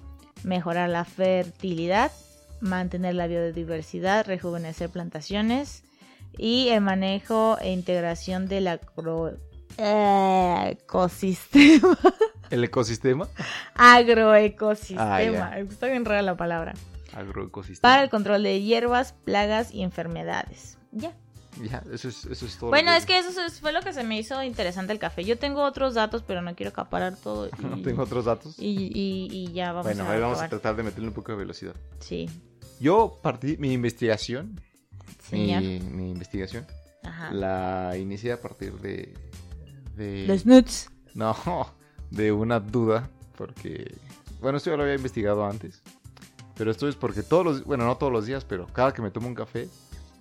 [SPEAKER 2] mejorar la fertilidad, mantener la biodiversidad, rejuvenecer plantaciones, y el manejo e integración del acro- eh, ecosistema.
[SPEAKER 1] El ecosistema.
[SPEAKER 2] Agroecosistema.
[SPEAKER 1] Ah, ya.
[SPEAKER 2] Está bien rara la palabra.
[SPEAKER 1] Agroecosistema.
[SPEAKER 2] Para el control de hierbas, plagas y enfermedades. Ya.
[SPEAKER 1] Ya, eso es, eso es todo.
[SPEAKER 2] Bueno, es que eso es- fue lo que se me hizo interesante el café. Yo tengo otros datos, pero no quiero acaparar todo. Y,
[SPEAKER 1] No tengo otros datos.
[SPEAKER 2] y, y- y ya vamos
[SPEAKER 1] bueno,
[SPEAKER 2] a
[SPEAKER 1] a ver, vamos a
[SPEAKER 2] acabar.
[SPEAKER 1] tratar de meterle un poco de velocidad.
[SPEAKER 2] Sí,
[SPEAKER 1] Yo partí mi investigación.
[SPEAKER 2] señor. Ah.
[SPEAKER 1] Mi, mi investigación.
[SPEAKER 2] Ajá.
[SPEAKER 1] La inicié a partir de. de
[SPEAKER 2] Los nuts.
[SPEAKER 1] No, de una duda, porque, bueno, esto ya lo había investigado antes, pero esto es porque todos los, bueno, no todos los días, pero cada que me tomo un café,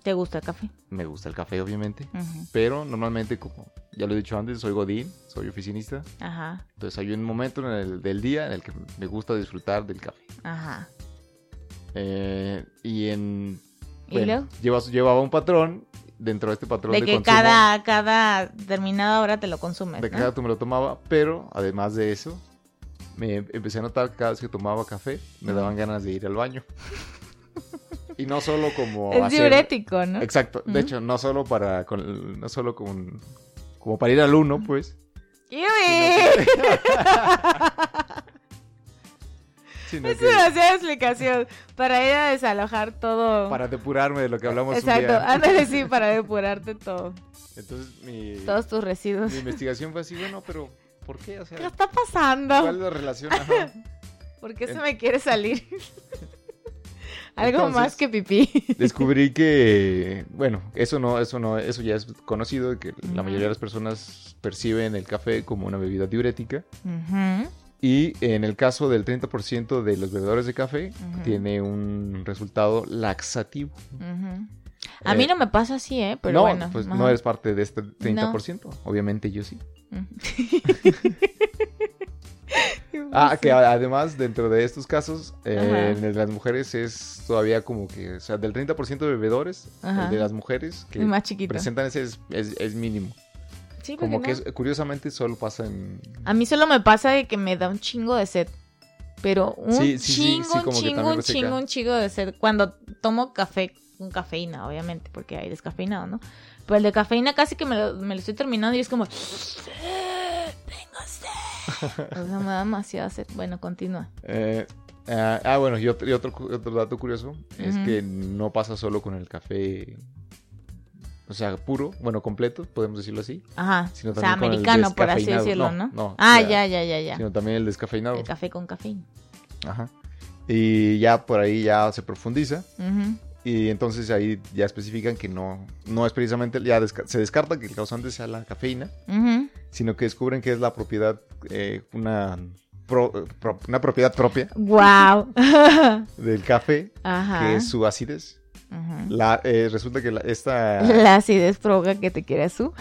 [SPEAKER 2] ¿Te gusta el café?
[SPEAKER 1] me gusta el café, obviamente,
[SPEAKER 2] Ujú.
[SPEAKER 1] pero normalmente, como ya lo he dicho antes, soy godín, soy oficinista,
[SPEAKER 2] Ajá,
[SPEAKER 1] entonces hay un momento en el, del día en el que me gusta disfrutar del café.
[SPEAKER 2] ajá.
[SPEAKER 1] Eh, y en,
[SPEAKER 2] ¿Y
[SPEAKER 1] bueno,
[SPEAKER 2] luego?
[SPEAKER 1] llevas- llevaba un patrón, dentro de este patrón
[SPEAKER 2] De
[SPEAKER 1] de
[SPEAKER 2] que
[SPEAKER 1] consumo,
[SPEAKER 2] cada, cada determinada hora te lo consumes.
[SPEAKER 1] de que
[SPEAKER 2] ¿no?
[SPEAKER 1] cada tú me lo tomaba, pero además de eso, me empecé a notar que cada vez que tomaba café me daban ganas de ir al baño. y no solo como
[SPEAKER 2] Es
[SPEAKER 1] hacer-
[SPEAKER 2] diurético, ¿no?
[SPEAKER 1] Exacto, de
[SPEAKER 2] Ujú.
[SPEAKER 1] hecho no solo para con- no solo con como para ir al uno, pues,
[SPEAKER 2] ¡Yumi!
[SPEAKER 1] sino
[SPEAKER 2] Es
[SPEAKER 1] que
[SPEAKER 2] demasiada explicación para ir a desalojar todo.
[SPEAKER 1] para depurarme de lo que hablamos un
[SPEAKER 2] Exacto, ah,
[SPEAKER 1] día.
[SPEAKER 2] ándale sí, para depurarte todo,
[SPEAKER 1] Entonces mi,
[SPEAKER 2] todos tus residuos.
[SPEAKER 1] mi investigación fue así, bueno, pero ¿por qué? O
[SPEAKER 2] ¿Qué
[SPEAKER 1] sea,
[SPEAKER 2] está
[SPEAKER 1] ¿cuál
[SPEAKER 2] pasando?
[SPEAKER 1] es la relación? Ajá.
[SPEAKER 2] ¿Por qué se me quiere salir? Algo
[SPEAKER 1] Entonces-
[SPEAKER 2] más que pipí.
[SPEAKER 1] descubrí que bueno eso no eso no eso ya es conocido que la
[SPEAKER 2] Ujú.
[SPEAKER 1] mayoría de las personas perciben el café como una bebida diurética
[SPEAKER 2] Ujú,
[SPEAKER 1] y en el caso del 30% de los bebedores de café
[SPEAKER 2] Ujú.
[SPEAKER 1] tiene un resultado laxativo
[SPEAKER 2] ujú. A mí
[SPEAKER 1] Eh,
[SPEAKER 2] no me pasa así, ¿eh? Pero
[SPEAKER 1] no
[SPEAKER 2] bueno.
[SPEAKER 1] pues
[SPEAKER 2] ajá. Mm.
[SPEAKER 1] no eres parte de este 30% obviamente yo sí
[SPEAKER 2] Ujú.
[SPEAKER 1] ah que a- además dentro de estos casos
[SPEAKER 2] Ajá.
[SPEAKER 1] eh, en el de las mujeres es todavía como que o sea del 30% de bebedores
[SPEAKER 2] Ajá.
[SPEAKER 1] el de las mujeres que
[SPEAKER 2] Es más chiquito.
[SPEAKER 1] presentan ese es- es- es mínimo
[SPEAKER 2] Sí, porque
[SPEAKER 1] Como que
[SPEAKER 2] no.
[SPEAKER 1] es- curiosamente solo pasa en...
[SPEAKER 2] A mí solo me pasa de que me da un chingo de sed. Pero un
[SPEAKER 1] Sí, sí, sí, sí,
[SPEAKER 2] chingo, un
[SPEAKER 1] como que
[SPEAKER 2] chingo,
[SPEAKER 1] también
[SPEAKER 2] un
[SPEAKER 1] reseca.
[SPEAKER 2] chingo, un chingo de sed. Cuando tomo café con cafeína, obviamente, porque hay descafeinado, ¿no? Pero el de cafeína casi que me lo, me lo estoy terminando y es como... Tengo sed. O sea, me da demasiada sed. Bueno, continúa.
[SPEAKER 1] Eh, ah, ah, bueno, y otro, y otro, cu- otro dato curioso es
[SPEAKER 2] Ujú.
[SPEAKER 1] que no pasa solo con el café, o sea, puro, bueno, completo, podemos decirlo así,
[SPEAKER 2] Ajá.
[SPEAKER 1] Sino
[SPEAKER 2] o sea,
[SPEAKER 1] también con el
[SPEAKER 2] americano, por así
[SPEAKER 1] descafeinado.
[SPEAKER 2] decirlo,
[SPEAKER 1] No,
[SPEAKER 2] ¿no?
[SPEAKER 1] no,
[SPEAKER 2] ah,
[SPEAKER 1] o sea,
[SPEAKER 2] ya, ya, ya, ya.
[SPEAKER 1] sino también el descafeinado.
[SPEAKER 2] El café con cafeína.
[SPEAKER 1] Ajá. Y ya por ahí ya se profundiza.
[SPEAKER 2] Ujú.
[SPEAKER 1] Y entonces ahí ya especifican que no, no es precisamente, ya desca- se descarta que el causante sea la cafeína,
[SPEAKER 2] Ujú.
[SPEAKER 1] sino que descubren que es la propiedad, eh, una, pro- pro- una propiedad propia
[SPEAKER 2] Guau.
[SPEAKER 1] del café,
[SPEAKER 2] Ajá.
[SPEAKER 1] que es su acidez.
[SPEAKER 2] Ujú.
[SPEAKER 1] La, eh, resulta que la- esta...
[SPEAKER 2] La acidez provoca que te quieras su.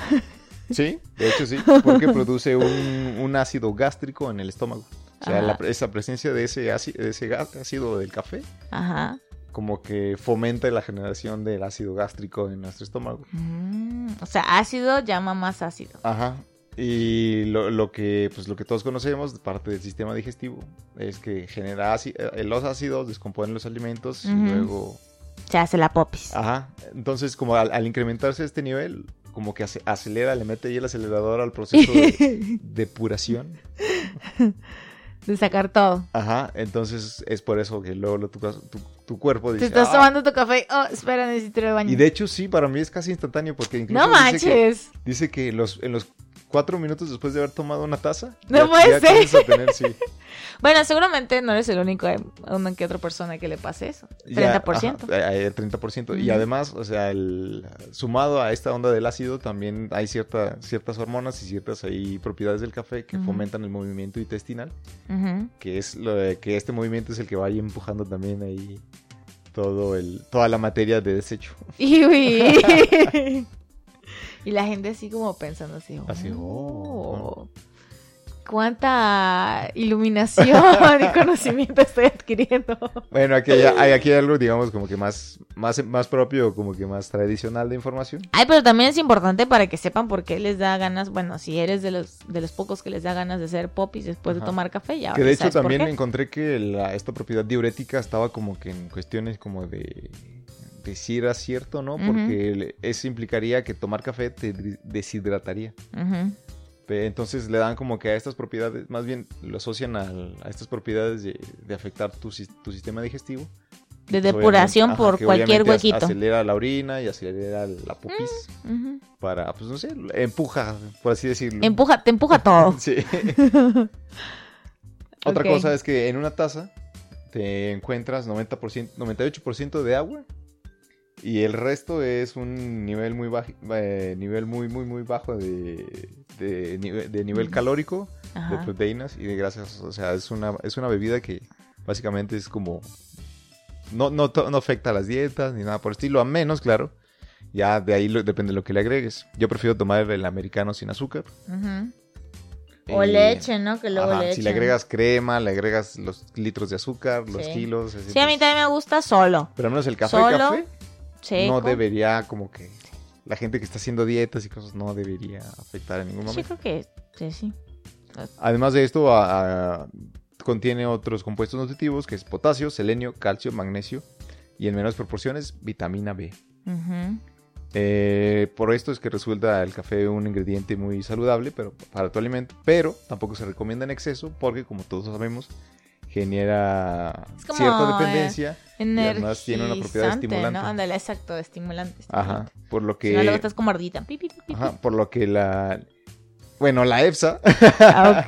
[SPEAKER 1] Sí, de hecho sí, porque produce un, un ácido gástrico en el estómago. O sea,
[SPEAKER 2] Ajá.
[SPEAKER 1] la pre- esa presencia de ese, áci- de ese gas- ácido del café
[SPEAKER 2] Ajá.
[SPEAKER 1] como que fomenta la generación del ácido gástrico en nuestro estómago.
[SPEAKER 2] Mm, O sea, ácido llama más ácido.
[SPEAKER 1] Ajá. Y lo, lo que pues lo que todos conocemos de parte del sistema digestivo es que genera áci- eh, los ácidos, descomponen los alimentos
[SPEAKER 2] Ujú.
[SPEAKER 1] y luego,
[SPEAKER 2] Se hace la popis.
[SPEAKER 1] ajá, entonces como al, al incrementarse este nivel, como que ace- acelera, le mete ahí el acelerador al proceso de depuración.
[SPEAKER 2] De sacar todo.
[SPEAKER 1] Ajá, entonces es por eso que luego lo- tu, tu- tu cuerpo
[SPEAKER 2] Te
[SPEAKER 1] dice.
[SPEAKER 2] estás
[SPEAKER 1] "Ah".
[SPEAKER 2] tomando tu café. Oh, espera, necesito ir al baño.
[SPEAKER 1] Y de hecho, sí, para mí es casi instantáneo porque incluso
[SPEAKER 2] No
[SPEAKER 1] dice, que,
[SPEAKER 2] manches.
[SPEAKER 1] dice que los, en los cuatro minutos después de haber tomado una taza.
[SPEAKER 2] No puede ser.
[SPEAKER 1] comienzas a tener, sí,
[SPEAKER 2] Bueno, seguramente no eres el único, eh, una que otra persona que le pase eso.
[SPEAKER 1] ya,
[SPEAKER 2] 30%.
[SPEAKER 1] ajá, eh, eh, 30%. Y
[SPEAKER 2] Ujú.
[SPEAKER 1] además, o sea, el, sumado a esta onda del ácido, también hay cierta, ciertas hormonas y ciertas ahí propiedades del café que
[SPEAKER 2] Ujú.
[SPEAKER 1] fomentan el movimiento intestinal.
[SPEAKER 2] Ujú.
[SPEAKER 1] que es lo de- que este movimiento es el que va ahí empujando también ahí todo el toda la materia de desecho
[SPEAKER 2] Y, uy. Y la gente así como pensando así. Oh,
[SPEAKER 1] Así, oh.
[SPEAKER 2] Cuánta iluminación y conocimiento estoy adquiriendo.
[SPEAKER 1] bueno aquí hay, hay- aquí hay algo digamos como que más más más propio como que más tradicional de información
[SPEAKER 2] Ay, pero también es importante para que sepan por qué les da ganas. Bueno, si eres de los de los pocos que les da ganas de hacer popis después de
[SPEAKER 1] Ajá.
[SPEAKER 2] tomar café, ya.
[SPEAKER 1] que de hecho
[SPEAKER 2] sabes por
[SPEAKER 1] también
[SPEAKER 2] qué.
[SPEAKER 1] encontré que la- esta propiedad diurética estaba como que en cuestiones como de de si era cierto o no
[SPEAKER 2] Ujú.
[SPEAKER 1] porque el- eso implicaría que tomar café te dri- deshidrataría
[SPEAKER 2] Ujú.
[SPEAKER 1] Pe- Entonces le dan como que a estas propiedades, más bien lo asocian al- a estas propiedades de, de afectar tu, sis- tu sistema digestivo.
[SPEAKER 2] De
[SPEAKER 1] Pues,
[SPEAKER 2] depuración
[SPEAKER 1] obviamente-
[SPEAKER 2] por
[SPEAKER 1] ajá, que
[SPEAKER 2] cualquier
[SPEAKER 1] obviamente ac-
[SPEAKER 2] huequito. Mm.
[SPEAKER 1] Acelera la orina y acelera la pupis
[SPEAKER 2] Ujú.
[SPEAKER 1] para, pues no sé, empuja, por así decirlo.
[SPEAKER 2] Empuja, te empuja todo.
[SPEAKER 1] Sí. Otra
[SPEAKER 2] Ok.
[SPEAKER 1] cosa es que en una taza te encuentras 90%, 98% de agua y el resto es un nivel muy bajo, nivel muy, muy, muy bajo de, de nive- de nivel
[SPEAKER 2] Ujú.
[SPEAKER 1] calórico de
[SPEAKER 2] Mm. Ajá.
[SPEAKER 1] proteínas y de grasas. O sea, es una, es una bebida que básicamente es como. No, no, to- no afecta a las dietas ni nada por el estilo, a menos, claro. Ya de ahí lo- depende de lo que le agregues. Yo prefiero tomar el americano sin azúcar.
[SPEAKER 2] Ujú. O
[SPEAKER 1] Eh,
[SPEAKER 2] leche, ¿no? Que luego
[SPEAKER 1] ajá,
[SPEAKER 2] le
[SPEAKER 1] si le
[SPEAKER 2] echan.
[SPEAKER 1] agregas crema, le agregas los litros de azúcar, los
[SPEAKER 2] Sí.
[SPEAKER 1] kilos. así,
[SPEAKER 2] Sí, a mí
[SPEAKER 1] pues,
[SPEAKER 2] también me gusta solo.
[SPEAKER 1] Pero al menos el café,
[SPEAKER 2] Solo,
[SPEAKER 1] café
[SPEAKER 2] Seco.
[SPEAKER 1] no debería como que... La gente que está haciendo dietas y cosas no debería afectar en ningún momento.
[SPEAKER 2] Sí, creo que sí, sí.
[SPEAKER 1] Además de esto, a- a- contiene otros compuestos nutritivos que es potasio, selenio, calcio, magnesio y en menos proporciones vitamina B.
[SPEAKER 2] Ujú.
[SPEAKER 1] Eh, por esto es que resulta el café un ingrediente muy saludable pero, para tu alimento, pero tampoco se recomienda en exceso porque como todos sabemos genera
[SPEAKER 2] Es como,
[SPEAKER 1] cierta
[SPEAKER 2] eh,
[SPEAKER 1] dependencia, además tiene una propiedad
[SPEAKER 2] Energizante,
[SPEAKER 1] estimulante.
[SPEAKER 2] ¿no? Ándale, exacto, estimulante.
[SPEAKER 1] ajá,
[SPEAKER 2] estimulante.
[SPEAKER 1] por lo
[SPEAKER 2] Si no, luego
[SPEAKER 1] que,
[SPEAKER 2] estás como ardita. Pi, pi, pi, pi,
[SPEAKER 1] ajá, por lo que la, bueno, la EFSA
[SPEAKER 2] pi. Ah, Ok.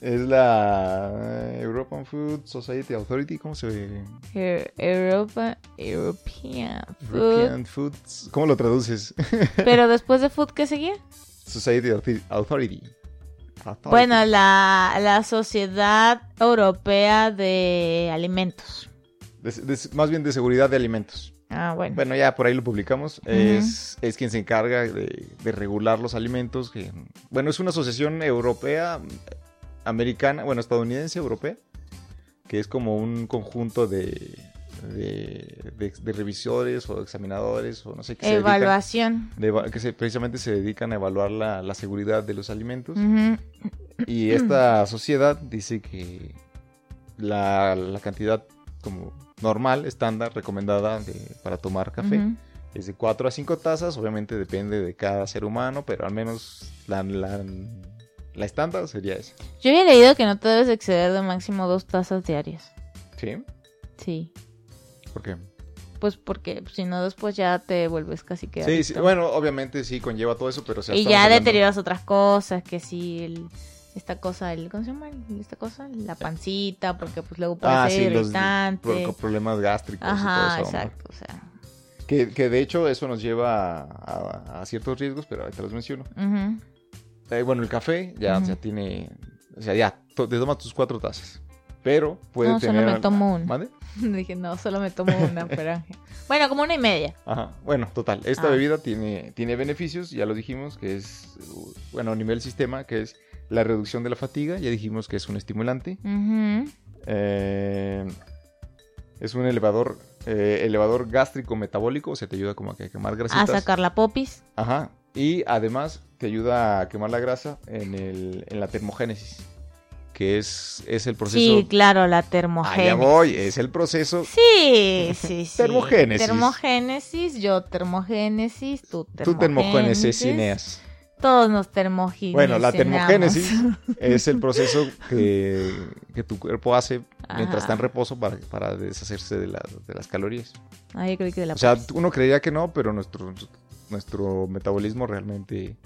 [SPEAKER 1] es la eh, European Food Society Authority, ¿cómo se ve?
[SPEAKER 2] Eu- Er, Europa, European Food.
[SPEAKER 1] European Food. ¿Cómo lo traduces?
[SPEAKER 2] Pero después de food, ¿qué seguía?
[SPEAKER 1] Society Authority. Authority.
[SPEAKER 2] Bueno, la, la Sociedad Europea de Alimentos.
[SPEAKER 1] De- de- más bien de seguridad de alimentos.
[SPEAKER 2] Ah, bueno.
[SPEAKER 1] Bueno, ya por ahí lo publicamos. es, es quien se encarga de, de regular los alimentos. que- bueno, es una asociación europea, americana, bueno, estadounidense, europea, que es como un conjunto de, de, de- de revisores o examinadores o no sé qué. se dedican-
[SPEAKER 2] Evaluación.
[SPEAKER 1] de eva- que se- precisamente se dedican a evaluar la, la seguridad de los alimentos.
[SPEAKER 2] Ujú.
[SPEAKER 1] Y esta sociedad dice que la, la cantidad como normal, estándar, recomendada de- para tomar café.
[SPEAKER 2] Ujú.
[SPEAKER 1] Es de 4 a 5 tazas, obviamente depende de cada ser humano, pero al menos la, la, la estándar sería esa.
[SPEAKER 2] Yo había leído que no te debes exceder de máximo dos tazas diarias.
[SPEAKER 1] ¿Sí?
[SPEAKER 2] Sí.
[SPEAKER 1] ¿Por qué?
[SPEAKER 2] Pues porque si no, después ya te vuelves casi que.
[SPEAKER 1] Sí, sí,
[SPEAKER 2] adicto.
[SPEAKER 1] bueno, obviamente sí conlleva todo eso, pero... o sea,
[SPEAKER 2] y
[SPEAKER 1] estamos
[SPEAKER 2] ya
[SPEAKER 1] hablando-
[SPEAKER 2] deterioras otras cosas, que si el- esta cosa, el, ¿cómo se llama? Esta cosa, la pancita, porque pues luego puede
[SPEAKER 1] Ah,
[SPEAKER 2] ser
[SPEAKER 1] sí, los
[SPEAKER 2] irritante.
[SPEAKER 1] pro- problemas gástricos
[SPEAKER 2] Ajá,
[SPEAKER 1] y todo eso. ¿no?
[SPEAKER 2] exacto, o sea.
[SPEAKER 1] Que, que de hecho eso nos lleva a, a- a ciertos riesgos, pero ahorita los menciono.
[SPEAKER 2] ujú.
[SPEAKER 1] Eh, bueno, el café ya,
[SPEAKER 2] Ujú.
[SPEAKER 1] ya tiene... O sea, ya, to- te tomas tus cuatro tazas, pero puede
[SPEAKER 2] No, solo
[SPEAKER 1] tener...
[SPEAKER 2] me tomo una.
[SPEAKER 1] ¿Mande?
[SPEAKER 2] Dije, no, solo me tomo una, pero. Bueno, como una y media.
[SPEAKER 1] Ajá. Bueno, total. Esta
[SPEAKER 2] Ah.
[SPEAKER 1] bebida tiene, tiene beneficios, ya lo dijimos, que es, uh, bueno, a nivel sistema, que es la reducción de la fatiga, ya dijimos que es un estimulante.
[SPEAKER 2] Ujú.
[SPEAKER 1] Eh, es un elevador, eh, elevador gástrico metabólico, o sea, te ayuda como que a quemar
[SPEAKER 2] A
[SPEAKER 1] grasitas.
[SPEAKER 2] sacar la popis.
[SPEAKER 1] Ajá. Y además te ayuda a quemar la grasa en, el, en la termogénesis, que es, es el proceso...
[SPEAKER 2] Sí, claro, la
[SPEAKER 1] Allá
[SPEAKER 2] termogénesis.
[SPEAKER 1] voy, es el proceso
[SPEAKER 2] Sí, sí, sí.
[SPEAKER 1] Termogénesis.
[SPEAKER 2] Termogénesis, yo termogénesis, tú termogénesis.
[SPEAKER 1] tu termogénesis, Ineas.
[SPEAKER 2] Todos nos termogénesis.
[SPEAKER 1] Bueno, la termogénesis es el proceso que, que tu cuerpo hace
[SPEAKER 2] Ajá.
[SPEAKER 1] mientras está en reposo para, para deshacerse de, la- de las calorías.
[SPEAKER 2] Ah, yo creí que de la
[SPEAKER 1] O sea,
[SPEAKER 2] popis.
[SPEAKER 1] uno creería que no, pero nuestro, nuestro metabolismo realmente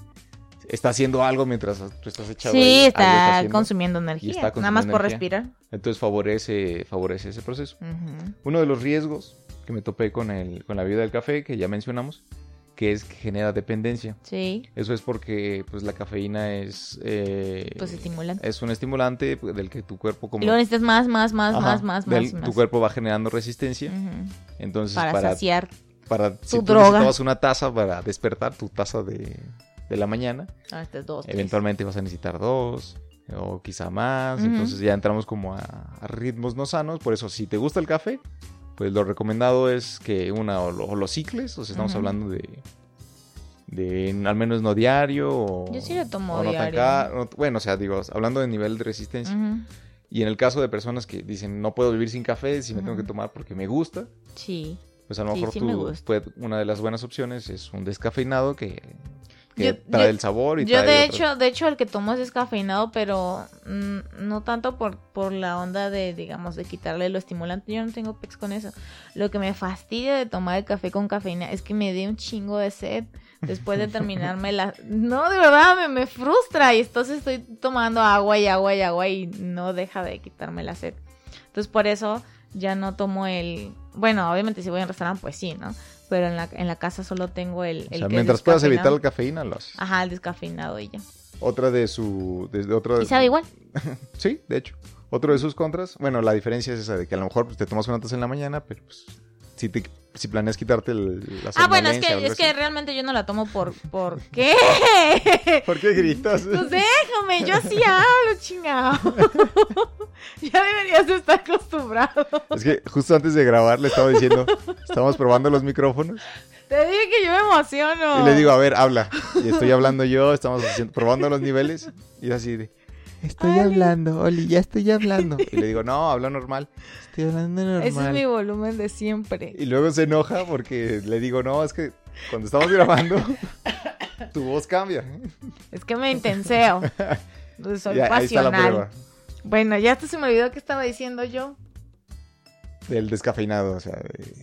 [SPEAKER 1] está haciendo algo mientras tú estás echado. ahí,
[SPEAKER 2] Sí,
[SPEAKER 1] algo
[SPEAKER 2] está
[SPEAKER 1] haciendo.
[SPEAKER 2] consumiendo energía.
[SPEAKER 1] está
[SPEAKER 2] Nada más
[SPEAKER 1] consumiendo
[SPEAKER 2] por
[SPEAKER 1] energía.
[SPEAKER 2] respirar.
[SPEAKER 1] Entonces favorece, favorece ese proceso.
[SPEAKER 2] Ujú.
[SPEAKER 1] Uno de los riesgos que me topé con, el, con la vida del café, que ya mencionamos, que es que genera dependencia.
[SPEAKER 2] Sí,
[SPEAKER 1] Eso es porque pues, la cafeína es... eh,
[SPEAKER 2] pues estimulante.
[SPEAKER 1] es un estimulante pues, del que tu cuerpo como
[SPEAKER 2] Y luego necesitas más, más, más,
[SPEAKER 1] Ajá,
[SPEAKER 2] más, más,
[SPEAKER 1] del-
[SPEAKER 2] más. más.
[SPEAKER 1] tu cuerpo va generando resistencia
[SPEAKER 2] Ujú.
[SPEAKER 1] entonces
[SPEAKER 2] Para,
[SPEAKER 1] para para,
[SPEAKER 2] saciar.
[SPEAKER 1] si
[SPEAKER 2] tu
[SPEAKER 1] tú
[SPEAKER 2] droga.
[SPEAKER 1] necesitabas una taza para despertar tu taza de, de la mañana
[SPEAKER 2] Ah, este es dos, tres.
[SPEAKER 1] eventualmente vas a necesitar dos o quizá más
[SPEAKER 2] Ujú.
[SPEAKER 1] entonces ya entramos como a, a ritmos no sanos por eso si te gusta el café pues lo recomendado es que una o lo, o lo cicles o sea estamos
[SPEAKER 2] Ujú.
[SPEAKER 1] hablando de de al menos no diario o,
[SPEAKER 2] Yo sí lo tomo
[SPEAKER 1] o no tan
[SPEAKER 2] diario.
[SPEAKER 1] caro. bueno o sea digo hablando de nivel de resistencia
[SPEAKER 2] Ujú.
[SPEAKER 1] Y en el caso de personas que dicen, no puedo vivir sin café, si me tengo que
[SPEAKER 2] Ujú.
[SPEAKER 1] tomar porque me gusta,
[SPEAKER 2] Sí.
[SPEAKER 1] pues a lo
[SPEAKER 2] Sí,
[SPEAKER 1] mejor
[SPEAKER 2] sí
[SPEAKER 1] tú-
[SPEAKER 2] me gusta.
[SPEAKER 1] puede- una de las buenas opciones es un descafeinado que, que
[SPEAKER 2] Yo-
[SPEAKER 1] trae
[SPEAKER 2] yo-
[SPEAKER 1] el sabor y
[SPEAKER 2] Yo
[SPEAKER 1] trae
[SPEAKER 2] de
[SPEAKER 1] otras-
[SPEAKER 2] hecho, de hecho el que tomo es descafeinado, pero mm, no tanto por, por la onda de, digamos, de quitarle lo estimulante. Yo no tengo pex con eso. Lo que me fastidia de tomar el café con cafeína es que me dé un chingo de sed después de terminarme la... No, de verdad, me, me frustra y entonces estoy tomando agua y agua y agua y no deja de quitarme la sed. Entonces por eso ya no tomo el... Bueno, obviamente si voy al restaurante, pues sí, ¿no? Pero en la, en la casa solo tengo el...
[SPEAKER 1] O sea,
[SPEAKER 2] el que es
[SPEAKER 1] mientras puedas evitar
[SPEAKER 2] descafeinado. Ah.
[SPEAKER 1] la cafeína, lo haces.
[SPEAKER 2] Ajá, el descafeinado y ya.
[SPEAKER 1] Otra de su... De, de otra
[SPEAKER 2] Y sabe igual.
[SPEAKER 1] Sí, de hecho. Otro de sus contras, bueno, la diferencia es esa de que a lo mejor pues, te tomas una taza en la mañana, pero pues si, te, si planeas quitarte el- la
[SPEAKER 2] Ah, bueno, es
[SPEAKER 1] somnolencia o
[SPEAKER 2] que,
[SPEAKER 1] algo
[SPEAKER 2] es que
[SPEAKER 1] así.
[SPEAKER 2] realmente yo no la tomo por... ¿Por qué?
[SPEAKER 1] ¿Por qué gritas?
[SPEAKER 2] Pues déjame, yo así hablo, chingado. ya deberías de estar acostumbrado.
[SPEAKER 1] Es que justo antes de grabar le estaba diciendo, estamos probando los micrófonos
[SPEAKER 2] Te dije que yo me emociono.
[SPEAKER 1] Y le digo, a ver, habla. Y estoy hablando yo, estamos haciendo- probando los niveles. Y es así de, estoy
[SPEAKER 2] Oli.
[SPEAKER 1] hablando, Oli, ya estoy hablando. Y le digo, no, habla normal. Estoy hablando "Ah, normal.
[SPEAKER 2] Ese es mi volumen de siempre.
[SPEAKER 1] Y luego se enoja porque le digo, no, es que cuando estamos grabando, tu voz cambia.
[SPEAKER 2] Es que me intenseo. Pues Soy
[SPEAKER 1] Y ahí ahí está la
[SPEAKER 2] pasional.
[SPEAKER 1] prueba
[SPEAKER 2] Bueno, ya hasta se me olvidó qué estaba diciendo yo.
[SPEAKER 1] del descafeinado, o sea, de,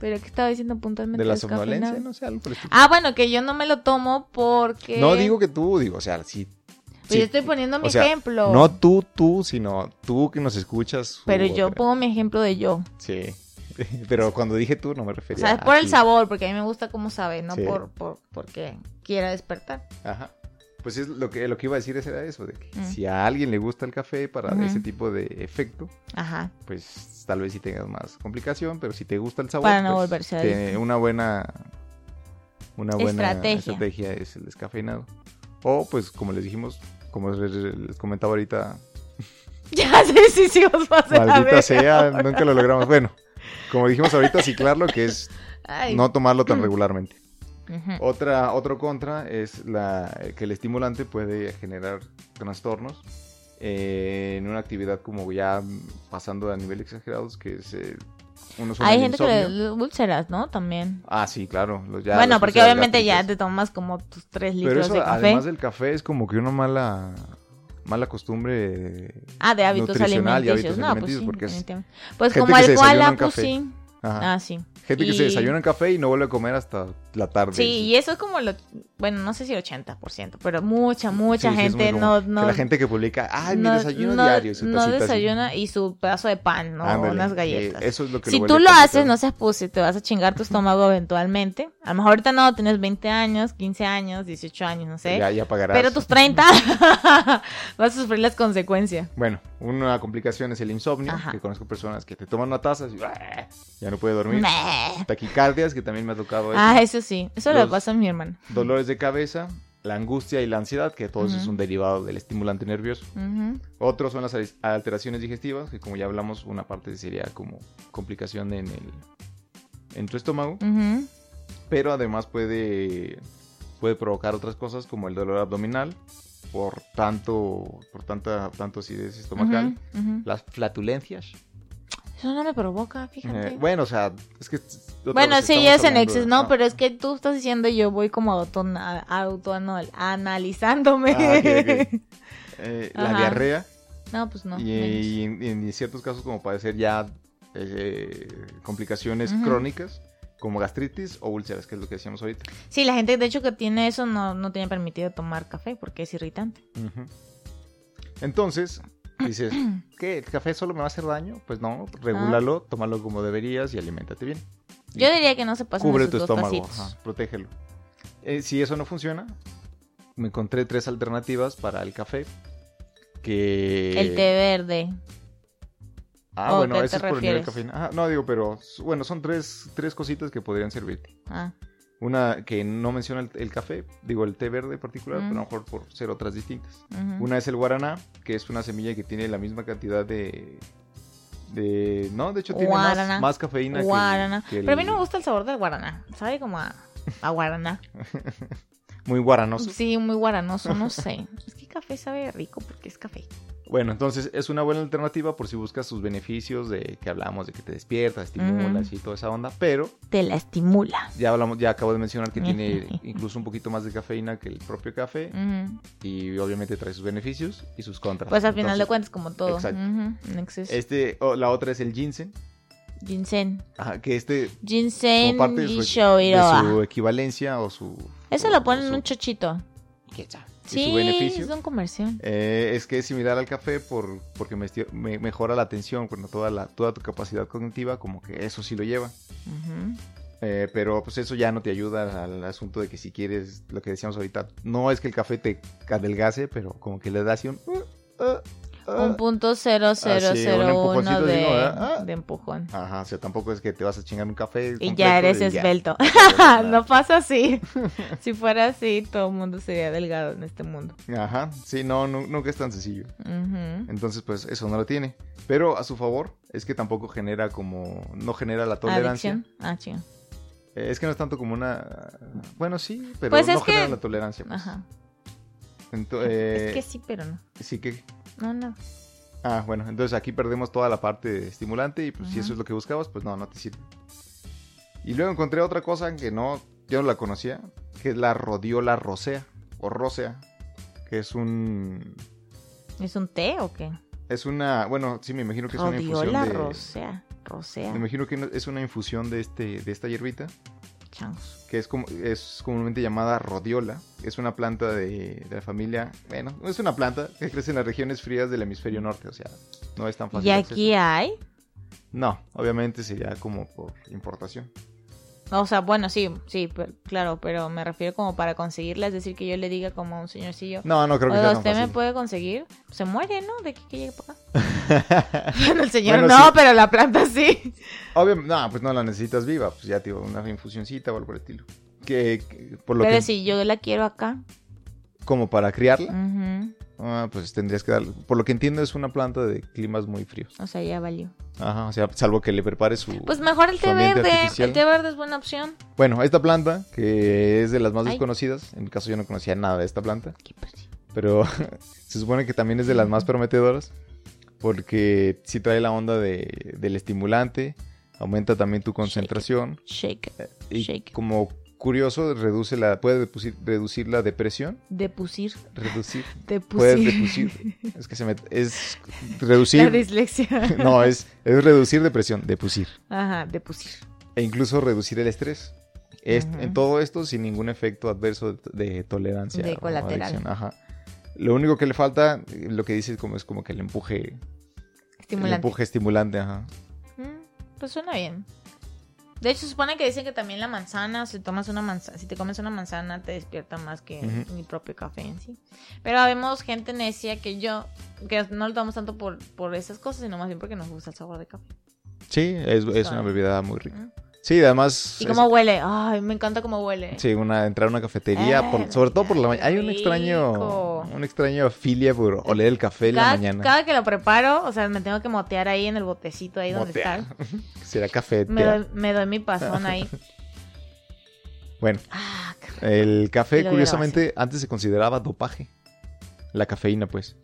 [SPEAKER 2] Pero qué estaba diciendo puntualmente.
[SPEAKER 1] de la
[SPEAKER 2] descafeinado?
[SPEAKER 1] somnolencia, no sé, algo por el estilo.
[SPEAKER 2] Ah, bueno, que yo no me lo tomo porque...
[SPEAKER 1] No digo que tú, digo, o sea, sí.
[SPEAKER 2] Pues
[SPEAKER 1] sí.
[SPEAKER 2] yo estoy poniendo mi
[SPEAKER 1] O sea,
[SPEAKER 2] ejemplo.
[SPEAKER 1] No tú, tú, sino tú que nos escuchas. u
[SPEAKER 2] Pero yo
[SPEAKER 1] otra.
[SPEAKER 2] pongo mi ejemplo de yo.
[SPEAKER 1] Sí. Pero cuando dije tú no me
[SPEAKER 2] O
[SPEAKER 1] refería
[SPEAKER 2] sea, es
[SPEAKER 1] a
[SPEAKER 2] por el
[SPEAKER 1] ti.
[SPEAKER 2] sabor, porque a mí me gusta cómo sabe, no
[SPEAKER 1] Sí.
[SPEAKER 2] por, por porque quiera despertar.
[SPEAKER 1] Ajá. Pues es lo que lo que iba a decir era eso, de que
[SPEAKER 2] Mm.
[SPEAKER 1] si a alguien le gusta el café para
[SPEAKER 2] Ujú.
[SPEAKER 1] ese tipo de efecto,
[SPEAKER 2] Ajá.
[SPEAKER 1] pues tal vez sí tengas más complicación, pero si te gusta el sabor,
[SPEAKER 2] Para no
[SPEAKER 1] pues,
[SPEAKER 2] volverse
[SPEAKER 1] tiene
[SPEAKER 2] adicto.
[SPEAKER 1] una buena una buena
[SPEAKER 2] Estrategia.
[SPEAKER 1] estrategia. es el descafeinado. O pues como les dijimos, como les, les comentaba ahorita,
[SPEAKER 2] Ya sé si sí os va a hacer la verga
[SPEAKER 1] maldita sea,
[SPEAKER 2] ahora.
[SPEAKER 1] nunca lo logramos. Bueno, como dijimos ahorita ciclarlo que es
[SPEAKER 2] Ay.
[SPEAKER 1] no Oh, tomarlo tan regularmente.
[SPEAKER 2] Ujú.
[SPEAKER 1] Otra, otro contra es la, que el estimulante puede generar trastornos eh, en una actividad como ya pasando a nivel exagerados, que es eh, uno solo
[SPEAKER 2] Hay
[SPEAKER 1] el
[SPEAKER 2] gente que le
[SPEAKER 1] insomnio.
[SPEAKER 2] le- úlceras, ¿no? También.
[SPEAKER 1] Ah, sí, claro. los- ya
[SPEAKER 2] bueno,
[SPEAKER 1] las
[SPEAKER 2] porque
[SPEAKER 1] úlceras
[SPEAKER 2] obviamente ya
[SPEAKER 1] gástricas.
[SPEAKER 2] te tomas como tus tres
[SPEAKER 1] Pero
[SPEAKER 2] litros
[SPEAKER 1] eso,
[SPEAKER 2] de café.
[SPEAKER 1] además del café, es como que una mala mala costumbre. eh,
[SPEAKER 2] Ah, de hábitos
[SPEAKER 1] nutricional y
[SPEAKER 2] alimenticios.
[SPEAKER 1] hábitos
[SPEAKER 2] no,
[SPEAKER 1] alimenticios, porque es
[SPEAKER 2] pues sí. definitivamente. Pues
[SPEAKER 1] gente
[SPEAKER 2] como
[SPEAKER 1] que se
[SPEAKER 2] el
[SPEAKER 1] desayuna
[SPEAKER 2] koala,
[SPEAKER 1] un
[SPEAKER 2] pues
[SPEAKER 1] café.
[SPEAKER 2] sí.
[SPEAKER 1] ajá.
[SPEAKER 2] Ah, sí.
[SPEAKER 1] Gente que se
[SPEAKER 2] y-
[SPEAKER 1] desayuna en café y no vuelve a comer hasta la tarde.
[SPEAKER 2] Sí, y eso es como lo. Bueno, no sé si el 80%, pero mucha, mucha
[SPEAKER 1] Sí, sí, es muy
[SPEAKER 2] gente
[SPEAKER 1] común.
[SPEAKER 2] no.
[SPEAKER 1] Que
[SPEAKER 2] no
[SPEAKER 1] la gente que publica, ay, mi
[SPEAKER 2] no-
[SPEAKER 1] desayuno
[SPEAKER 2] no-
[SPEAKER 1] diario. y su
[SPEAKER 2] no
[SPEAKER 1] tacita así.
[SPEAKER 2] desayuna y su pedazo de pan, ¿no?
[SPEAKER 1] Ándale,
[SPEAKER 2] Unas
[SPEAKER 1] eh,
[SPEAKER 2] galletas.
[SPEAKER 1] eso es lo que
[SPEAKER 2] si
[SPEAKER 1] vuelve
[SPEAKER 2] tú lo
[SPEAKER 1] complicado.
[SPEAKER 2] haces, no seas pussy, te vas a chingar tu estómago eventualmente. A lo mejor ahorita no, tienes 20 años, 15 años, 18 años, no sé.
[SPEAKER 1] Ya, ya pagarás.
[SPEAKER 2] Pero tus 30 vas a sufrir las consecuencias.
[SPEAKER 1] Bueno, una complicación es el insomnio,
[SPEAKER 2] Ajá.
[SPEAKER 1] que conozco personas que te toman una taza y ¡ah! ya no puede dormir.
[SPEAKER 2] Meh.
[SPEAKER 1] Taquicardias, que también me ha tocado eso.
[SPEAKER 2] Ah, eso sí. Eso
[SPEAKER 1] Los-
[SPEAKER 2] le pasa a mi hermano.
[SPEAKER 1] Dolores de cabeza, la angustia y la ansiedad, que todo eso es
[SPEAKER 2] Ujú.
[SPEAKER 1] un derivado del estimulante nervioso.
[SPEAKER 2] Ujú.
[SPEAKER 1] Otros son las al- alteraciones digestivas, que como ya hablamos, una parte sería como complicación en el en tu estómago,
[SPEAKER 2] Ujú.
[SPEAKER 1] pero además puede puede provocar otras cosas como el dolor abdominal por tanto por tanta tanto acidez estomacal,
[SPEAKER 2] Ujú, ujú.
[SPEAKER 1] las flatulencias.
[SPEAKER 2] Eso no me provoca, fíjate.
[SPEAKER 1] Eh, bueno, o sea, es que otra
[SPEAKER 2] Bueno,
[SPEAKER 1] vez
[SPEAKER 2] sí,
[SPEAKER 1] estamos
[SPEAKER 2] ya es en
[SPEAKER 1] hablando de-
[SPEAKER 2] exceso, no,
[SPEAKER 1] ah,
[SPEAKER 2] pero es que tú estás diciendo y yo voy como autona- autoanalizándome.
[SPEAKER 1] Ah, ok, ok. eh, la
[SPEAKER 2] Ajá.
[SPEAKER 1] diarrea
[SPEAKER 2] No, pues no.
[SPEAKER 1] y,
[SPEAKER 2] menos.
[SPEAKER 1] y en, en ciertos casos como padecer ya eh, complicaciones
[SPEAKER 2] Ujú.
[SPEAKER 1] crónicas como gastritis o úlceras, que es lo que decíamos ahorita.
[SPEAKER 2] Sí, la gente de hecho que tiene eso no, no tiene permitido tomar café porque es irritante.
[SPEAKER 1] Ujú. Entonces, dices, ¿qué? ¿El café solo me va a hacer daño? Pues no, regúlalo, tómalo como deberías y aliméntate bien. Y
[SPEAKER 2] Ah. Yo diría que no se pasan de
[SPEAKER 1] cubre
[SPEAKER 2] sus
[SPEAKER 1] tu
[SPEAKER 2] dos
[SPEAKER 1] estómago,
[SPEAKER 2] tacitos.
[SPEAKER 1] ajá, protégelo. Eh, si eso no funciona, me encontré tres alternativas para el café. Que...
[SPEAKER 2] El té verde.
[SPEAKER 1] Ah,
[SPEAKER 2] ¿O
[SPEAKER 1] bueno,
[SPEAKER 2] te-
[SPEAKER 1] eso
[SPEAKER 2] te
[SPEAKER 1] es por el nivel de
[SPEAKER 2] refieres?
[SPEAKER 1] cafeína. Ajá, no, digo, pero bueno, son tres, tres cositas que podrían servirte.
[SPEAKER 2] Ah,
[SPEAKER 1] Una que no menciona el, el café, digo el té verde en particular,
[SPEAKER 2] Mm.
[SPEAKER 1] pero a lo mejor por ser otras distintas.
[SPEAKER 2] ujú.
[SPEAKER 1] Una es el guaraná, que es una semilla que tiene la misma cantidad de... de- no, de hecho tiene más-
[SPEAKER 2] Guaraná.
[SPEAKER 1] más, cafeína que el-
[SPEAKER 2] guaraná.
[SPEAKER 1] que el-
[SPEAKER 2] Pero a mí no me gusta el sabor del guaraná. Sabe como a, a guaraná.
[SPEAKER 1] Muy guaranoso.
[SPEAKER 2] Sí, muy guaranoso, no sé. Es que café sabe rico porque es café.
[SPEAKER 1] Bueno, entonces es una buena alternativa por si buscas sus beneficios de que hablamos de que te despiertas,
[SPEAKER 2] Mm.
[SPEAKER 1] estimulas y toda esa onda, pero
[SPEAKER 2] Te la estimula.
[SPEAKER 1] ya hablamos, ya acabo de mencionar que tiene incluso un poquito más de cafeína que el propio café
[SPEAKER 2] Ujú.
[SPEAKER 1] y obviamente trae sus beneficios y sus contras.
[SPEAKER 2] Pues al final de
[SPEAKER 1] Entonces,
[SPEAKER 2] cuentas, como todo.
[SPEAKER 1] exacto.
[SPEAKER 2] Ujú, en exceso.
[SPEAKER 1] Este, o la otra es el ginseng,
[SPEAKER 2] Ginseng.
[SPEAKER 1] ajá, que este
[SPEAKER 2] Ginseng
[SPEAKER 1] como parte de
[SPEAKER 2] y
[SPEAKER 1] su,
[SPEAKER 2] shoiroa.
[SPEAKER 1] de su equivalencia o su...
[SPEAKER 2] Eso
[SPEAKER 1] o-
[SPEAKER 2] lo ponen
[SPEAKER 1] o
[SPEAKER 2] en
[SPEAKER 1] su-
[SPEAKER 2] un chochito.
[SPEAKER 1] ¿qué tal? y
[SPEAKER 2] Sí,
[SPEAKER 1] su beneficio.
[SPEAKER 2] es un comercial.
[SPEAKER 1] Eh, es que es similar al café por, porque me, esti- me- mejora la atención, bueno, toda, la, toda tu capacidad cognitiva, como que eso sí lo lleva.
[SPEAKER 2] Ujú.
[SPEAKER 1] Eh, pero pues eso ya no te ayuda al asunto de que si quieres, lo que decíamos ahorita, no es que el café te adelgase, pero como que le da así un... uh, uh, uh.
[SPEAKER 2] Un punto cero cero
[SPEAKER 1] Ah, sí, un
[SPEAKER 2] cero
[SPEAKER 1] empujoncito
[SPEAKER 2] uno
[SPEAKER 1] así,
[SPEAKER 2] de,
[SPEAKER 1] ¿no? Ah.
[SPEAKER 2] de empujón.
[SPEAKER 1] Ajá, o sea, tampoco es que te vas a chingar un café.
[SPEAKER 2] Y
[SPEAKER 1] completo
[SPEAKER 2] ya eres
[SPEAKER 1] y
[SPEAKER 2] esbelto. Ah,
[SPEAKER 1] Ya,
[SPEAKER 2] no pasa así. si fuera así, todo el mundo sería delgado en este mundo.
[SPEAKER 1] Ajá, sí, no, nu- nunca es tan sencillo.
[SPEAKER 2] Ujú.
[SPEAKER 1] Entonces, pues eso no lo tiene. Pero a su favor es que tampoco genera como, no genera la tolerancia.
[SPEAKER 2] Adicción. Ah, chido.
[SPEAKER 1] Eh, es que no es tanto como una... Bueno, sí, pero
[SPEAKER 2] Pues
[SPEAKER 1] no
[SPEAKER 2] es que-
[SPEAKER 1] genera la tolerancia. pues.
[SPEAKER 2] Ajá.
[SPEAKER 1] Ento- eh,
[SPEAKER 2] Es que sí, pero no.
[SPEAKER 1] sí que...
[SPEAKER 2] No, no.
[SPEAKER 1] Ah, bueno, entonces aquí perdemos toda la parte estimulante y pues si
[SPEAKER 2] Ajá.
[SPEAKER 1] eso es lo que buscabas, pues no, no te sirve. Y luego encontré otra cosa que no, yo no la conocía, que es la rodiola rosea o rosea, que es un,
[SPEAKER 2] ¿Es un té o qué?
[SPEAKER 1] es una, bueno, sí me imagino que es una infusión
[SPEAKER 2] Rodiola
[SPEAKER 1] de,
[SPEAKER 2] rosea. Rosea.
[SPEAKER 1] me imagino que es una infusión de este, de esta hierbita,
[SPEAKER 2] Changos.
[SPEAKER 1] que es como, es comúnmente llamada rodiola, es una planta de, de la familia, bueno, es una planta que crece en las regiones frías del hemisferio norte, o sea, no es tan fácil.
[SPEAKER 2] ¿Y
[SPEAKER 1] de acceso.
[SPEAKER 2] aquí hay?
[SPEAKER 1] No, obviamente sería como por importación.
[SPEAKER 2] O sea, bueno, sí, sí, pero- claro, pero me refiero como para conseguirla, es decir, que yo le diga como a un señorcillo,
[SPEAKER 1] No, no creo que
[SPEAKER 2] Oiga,
[SPEAKER 1] sea tan
[SPEAKER 2] usted me
[SPEAKER 1] fácil.
[SPEAKER 2] puede conseguir. Se muere, ¿no? De aquí que llegue para acá. Bueno, el señor
[SPEAKER 1] Bueno,
[SPEAKER 2] no,
[SPEAKER 1] sí.
[SPEAKER 2] pero la planta sí.
[SPEAKER 1] Obviamente, no, pues no la necesitas viva, pues ya te digo, una infusioncita o algo por el estilo. Que, que- por lo
[SPEAKER 2] pero
[SPEAKER 1] que
[SPEAKER 2] si yo la quiero acá.
[SPEAKER 1] como para criarla,
[SPEAKER 2] Ujú.
[SPEAKER 1] ah, pues tendrías que dar, por lo que entiendo es una planta de climas muy fríos.
[SPEAKER 2] O sea, ya valió.
[SPEAKER 1] Ajá, o sea, salvo que le prepare su
[SPEAKER 2] Pues mejor el
[SPEAKER 1] Su
[SPEAKER 2] té
[SPEAKER 1] ambiente
[SPEAKER 2] verde.
[SPEAKER 1] artificial.
[SPEAKER 2] El té verde es buena opción.
[SPEAKER 1] Bueno, esta planta que es de las más
[SPEAKER 2] Ay.
[SPEAKER 1] desconocidas, en mi caso yo no conocía nada de esta planta,
[SPEAKER 2] Qué padre.
[SPEAKER 1] Pero se supone que también es de las más prometedoras porque sí trae la onda de- del estimulante, aumenta también tu concentración
[SPEAKER 2] Shake.
[SPEAKER 1] y
[SPEAKER 2] Shake.
[SPEAKER 1] como curioso reduce la puede depusir- reducir la depresión,
[SPEAKER 2] Depusir.
[SPEAKER 1] reducir, puedes
[SPEAKER 2] Depusir.
[SPEAKER 1] depusir, es que se me es
[SPEAKER 2] Pues La
[SPEAKER 1] reducir,
[SPEAKER 2] dislexia.
[SPEAKER 1] no, es es reducir depresión, depusir
[SPEAKER 2] Ajá, depusir.
[SPEAKER 1] e incluso reducir el estrés. Est-
[SPEAKER 2] Ujú.
[SPEAKER 1] En todo esto sin ningún efecto adverso de, de tolerancia.
[SPEAKER 2] De
[SPEAKER 1] o
[SPEAKER 2] colateral.
[SPEAKER 1] adicción, ajá. Lo único que le falta, eh, lo que dice es como, es como que el empuje El
[SPEAKER 2] Estimulante.
[SPEAKER 1] empuje estimulante, ajá.
[SPEAKER 2] Mm, Pues suena bien. De hecho, se supone que dicen que también la manzana, si tomas una manzana, si te comes una manzana, te despierta más que
[SPEAKER 1] Ujú.
[SPEAKER 2] mi propio café en sí. Pero vemos gente necia que yo, que no lo tomamos tanto por, por esas cosas, sino más bien porque nos gusta el sabor de café.
[SPEAKER 1] Sí, es, es una
[SPEAKER 2] Suave.
[SPEAKER 1] bebida muy rica.
[SPEAKER 2] Mm.
[SPEAKER 1] Sí, además.
[SPEAKER 2] Y
[SPEAKER 1] es-
[SPEAKER 2] cómo huele, ay, me encanta cómo huele.
[SPEAKER 1] sí, una, entrar a una cafetería,
[SPEAKER 2] Ah,
[SPEAKER 1] por- sobre todo por la mañana. Hay un
[SPEAKER 2] rico.
[SPEAKER 1] extraño. Un extraño filia por oler el café en la
[SPEAKER 2] Cada,
[SPEAKER 1] mañana.
[SPEAKER 2] cada que lo preparo, o sea, me tengo que motear ahí en el botecito ahí donde
[SPEAKER 1] Motear.
[SPEAKER 2] está.
[SPEAKER 1] Será café.
[SPEAKER 2] Me doy, me doy mi pasón ahí.
[SPEAKER 1] Bueno,
[SPEAKER 2] Ah, qué-
[SPEAKER 1] el
[SPEAKER 2] Y
[SPEAKER 1] café,
[SPEAKER 2] lo
[SPEAKER 1] curiosamente, antes se consideraba dopaje. La cafeína, pues.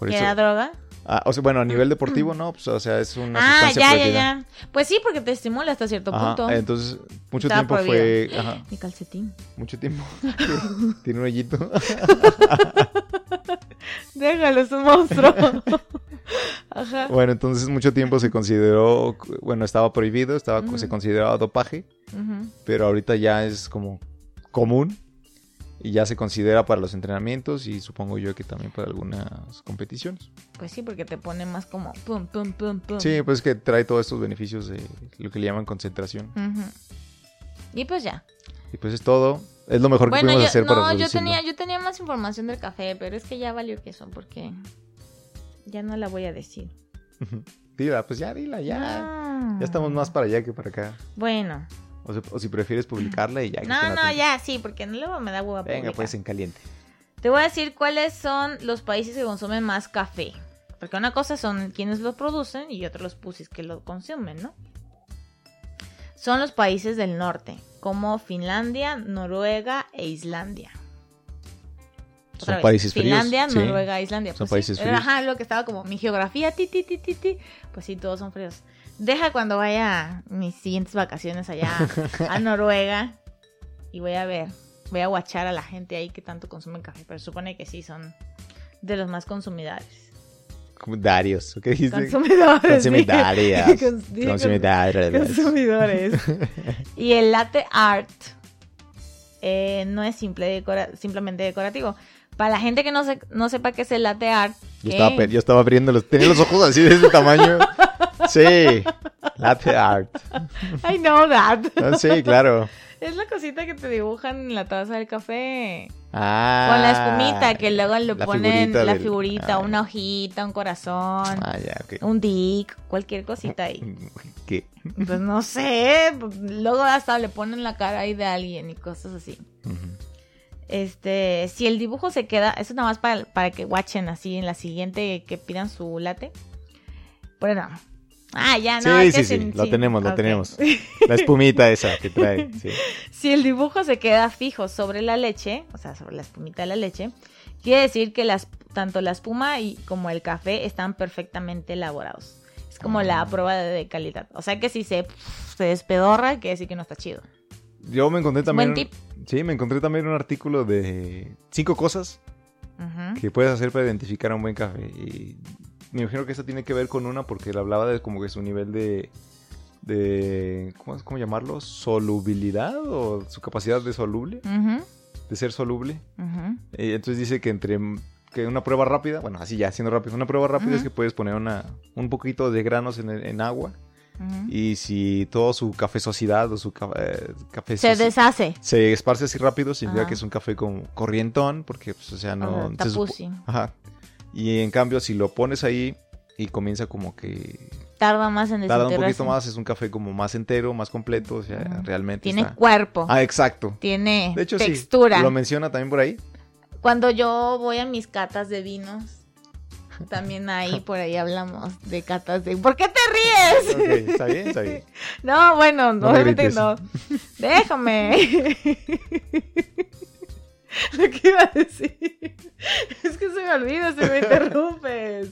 [SPEAKER 1] Por
[SPEAKER 2] ¿Qué
[SPEAKER 1] eso.
[SPEAKER 2] era droga?
[SPEAKER 1] Ah, o sea, bueno, a nivel deportivo, no, pues, o sea, es una
[SPEAKER 2] Ah,
[SPEAKER 1] sustancia
[SPEAKER 2] ya, ya,
[SPEAKER 1] prohibida.
[SPEAKER 2] ya. Pues sí, porque te estimula hasta cierto
[SPEAKER 1] Ajá, eh.
[SPEAKER 2] punto.
[SPEAKER 1] Entonces, mucho
[SPEAKER 2] Estaba
[SPEAKER 1] tiempo fue.
[SPEAKER 2] prohibido.
[SPEAKER 1] Ajá,
[SPEAKER 2] Mi calcetín.
[SPEAKER 1] mucho tiempo. Tiene un hoyito.
[SPEAKER 2] Déjalo, es un monstruo. Ajá.
[SPEAKER 1] Bueno, entonces mucho tiempo se consideró, bueno, estaba prohibido, estaba,
[SPEAKER 2] Ujú.
[SPEAKER 1] se consideraba dopaje,
[SPEAKER 2] Ujú.
[SPEAKER 1] pero ahorita ya es como común y ya se considera para los entrenamientos y supongo yo que también para algunas competiciones.
[SPEAKER 2] Pues sí, porque te pone más como pum, pum, pum, pum.
[SPEAKER 1] Sí, pues que trae todos estos beneficios de lo que le llaman concentración.
[SPEAKER 2] Ujú. Y pues ya.
[SPEAKER 1] Y pues es todo, es lo mejor que
[SPEAKER 2] bueno,
[SPEAKER 1] pudimos
[SPEAKER 2] yo,
[SPEAKER 1] hacer para
[SPEAKER 2] no, yo
[SPEAKER 1] reducirlo.
[SPEAKER 2] tenía, yo tenía más información del café, pero es que ya valió que eso, porque ya no la voy a decir.
[SPEAKER 1] Dila, pues ya dila, ya.
[SPEAKER 2] No.
[SPEAKER 1] Ya estamos más para allá que para acá.
[SPEAKER 2] Bueno.
[SPEAKER 1] O, si- o si prefieres publicarla y ya. que
[SPEAKER 2] No,
[SPEAKER 1] estén
[SPEAKER 2] no,
[SPEAKER 1] atentos.
[SPEAKER 2] ya, sí, porque no luego me da hueva
[SPEAKER 1] Venga,
[SPEAKER 2] publicar.
[SPEAKER 1] pues en caliente.
[SPEAKER 2] Te voy a decir cuáles son los países que consumen más café. Porque una cosa son quienes lo producen y otra los pusis que lo consumen, ¿no? Son los países del norte, como Finlandia, Noruega e Islandia. Otra
[SPEAKER 1] Son
[SPEAKER 2] vez,
[SPEAKER 1] países fríos.
[SPEAKER 2] Finlandia,
[SPEAKER 1] sí.
[SPEAKER 2] Noruega, Islandia.
[SPEAKER 1] Son
[SPEAKER 2] pues
[SPEAKER 1] países
[SPEAKER 2] sí. Era,
[SPEAKER 1] fríos.
[SPEAKER 2] Ajá, lo que estaba como mi geografía, ti, ti, ti, ti, ti. Pues sí, todos son fríos. Deja cuando vaya mis siguientes vacaciones allá a Noruega y voy a ver, voy a guachar a la gente ahí que tanto consumen café, pero supone que sí son de los más consumidores.
[SPEAKER 1] Como Darius, ¿qué dijiste?
[SPEAKER 2] Consumidores.
[SPEAKER 1] Consumidarias.
[SPEAKER 2] dije. Cons- dije
[SPEAKER 1] Consumidarias.
[SPEAKER 2] consumidores. y el latte art eh, no es simple decora- simplemente decorativo. Para la gente que no, se- no sepa qué es el latte art, eh,
[SPEAKER 1] Yo
[SPEAKER 2] ¿qué?
[SPEAKER 1] estaba, pe- yo estaba abriendo los... Tenía los ojos así de ese tamaño. Sí. Latte art.
[SPEAKER 2] I know that.
[SPEAKER 1] Ah, Sí, claro.
[SPEAKER 2] Es la cosita que te dibujan en la taza del café.
[SPEAKER 1] Ah,
[SPEAKER 2] Con la espumita que luego le
[SPEAKER 1] la
[SPEAKER 2] ponen
[SPEAKER 1] figurita
[SPEAKER 2] la
[SPEAKER 1] del-
[SPEAKER 2] figurita,
[SPEAKER 1] ah,
[SPEAKER 2] una hojita, un corazón,
[SPEAKER 1] Ah, ya, ok.
[SPEAKER 2] un dick, cualquier cosita ahí.
[SPEAKER 1] ¿Qué?
[SPEAKER 2] Pues no sé, pues luego hasta le ponen la cara ahí de alguien y cosas así.
[SPEAKER 1] Ujú.
[SPEAKER 2] Este, si el dibujo se queda, eso nada más para, para que watchen así en la siguiente que pidan su late. Bueno, no. Ah, ya, no.
[SPEAKER 1] sí,
[SPEAKER 2] es que
[SPEAKER 1] sí, sí,
[SPEAKER 2] sin-
[SPEAKER 1] Lo
[SPEAKER 2] sin-
[SPEAKER 1] tenemos, lo
[SPEAKER 2] ok.
[SPEAKER 1] tenemos. La espumita esa que trae. Sí.
[SPEAKER 2] Si el dibujo se queda fijo sobre la leche, o sea, sobre la espumita de la leche, quiere decir que las, tanto la espuma y como el café están perfectamente elaborados. Es como la
[SPEAKER 1] Ah.
[SPEAKER 2] prueba de, de calidad. O sea que si se, se despedorra, quiere decir que no está chido.
[SPEAKER 1] Yo me encontré también...
[SPEAKER 2] Buen
[SPEAKER 1] Sí, me encontré también un artículo de cinco cosas
[SPEAKER 2] Ujú.
[SPEAKER 1] que puedes hacer para identificar a un buen café. Y me imagino que eso tiene que ver con una porque él hablaba de como que su nivel de... de ¿cómo, cómo llamarlo? ¿Solubilidad? ¿O su capacidad de soluble?
[SPEAKER 2] Ujú,
[SPEAKER 1] De ser soluble.
[SPEAKER 2] ujú.
[SPEAKER 1] Eh, entonces dice que entre... Que una prueba rápida, bueno, así ya, siendo rápido, una prueba rápida
[SPEAKER 2] Ujú.
[SPEAKER 1] es que puedes poner una, un poquito de granos en, el- en agua
[SPEAKER 2] Ujú.
[SPEAKER 1] y si todo su cafezosidad o su ca- eh, café
[SPEAKER 2] Se deshace.
[SPEAKER 1] se esparce así rápido, significa
[SPEAKER 2] Ajá.
[SPEAKER 1] que es un café como corrientón, porque, pues, o sea, no...
[SPEAKER 2] Ajá,
[SPEAKER 1] se supo-
[SPEAKER 2] tapusi.
[SPEAKER 1] Ajá. Y en cambio, si lo pones ahí y comienza como que...
[SPEAKER 2] Tarda más en
[SPEAKER 1] Tarda un
[SPEAKER 2] desintegrarse.
[SPEAKER 1] poquito más, es un café como más entero, más completo, o sea,
[SPEAKER 2] Ajá.
[SPEAKER 1] realmente
[SPEAKER 2] Tiene
[SPEAKER 1] está...
[SPEAKER 2] cuerpo.
[SPEAKER 1] Ah, exacto.
[SPEAKER 2] Tiene
[SPEAKER 1] De hecho,
[SPEAKER 2] textura.
[SPEAKER 1] sí, lo menciona también por ahí.
[SPEAKER 2] Cuando yo voy a mis catas de vinos, también ahí por ahí hablamos de catas de. ¿Por qué te ríes?
[SPEAKER 1] Ok, está bien, está bien.
[SPEAKER 2] No, bueno,
[SPEAKER 1] No me
[SPEAKER 2] obviamente
[SPEAKER 1] grites.
[SPEAKER 2] no. Déjame. Lo que iba a decir es que se me olvida, se me interrumpes.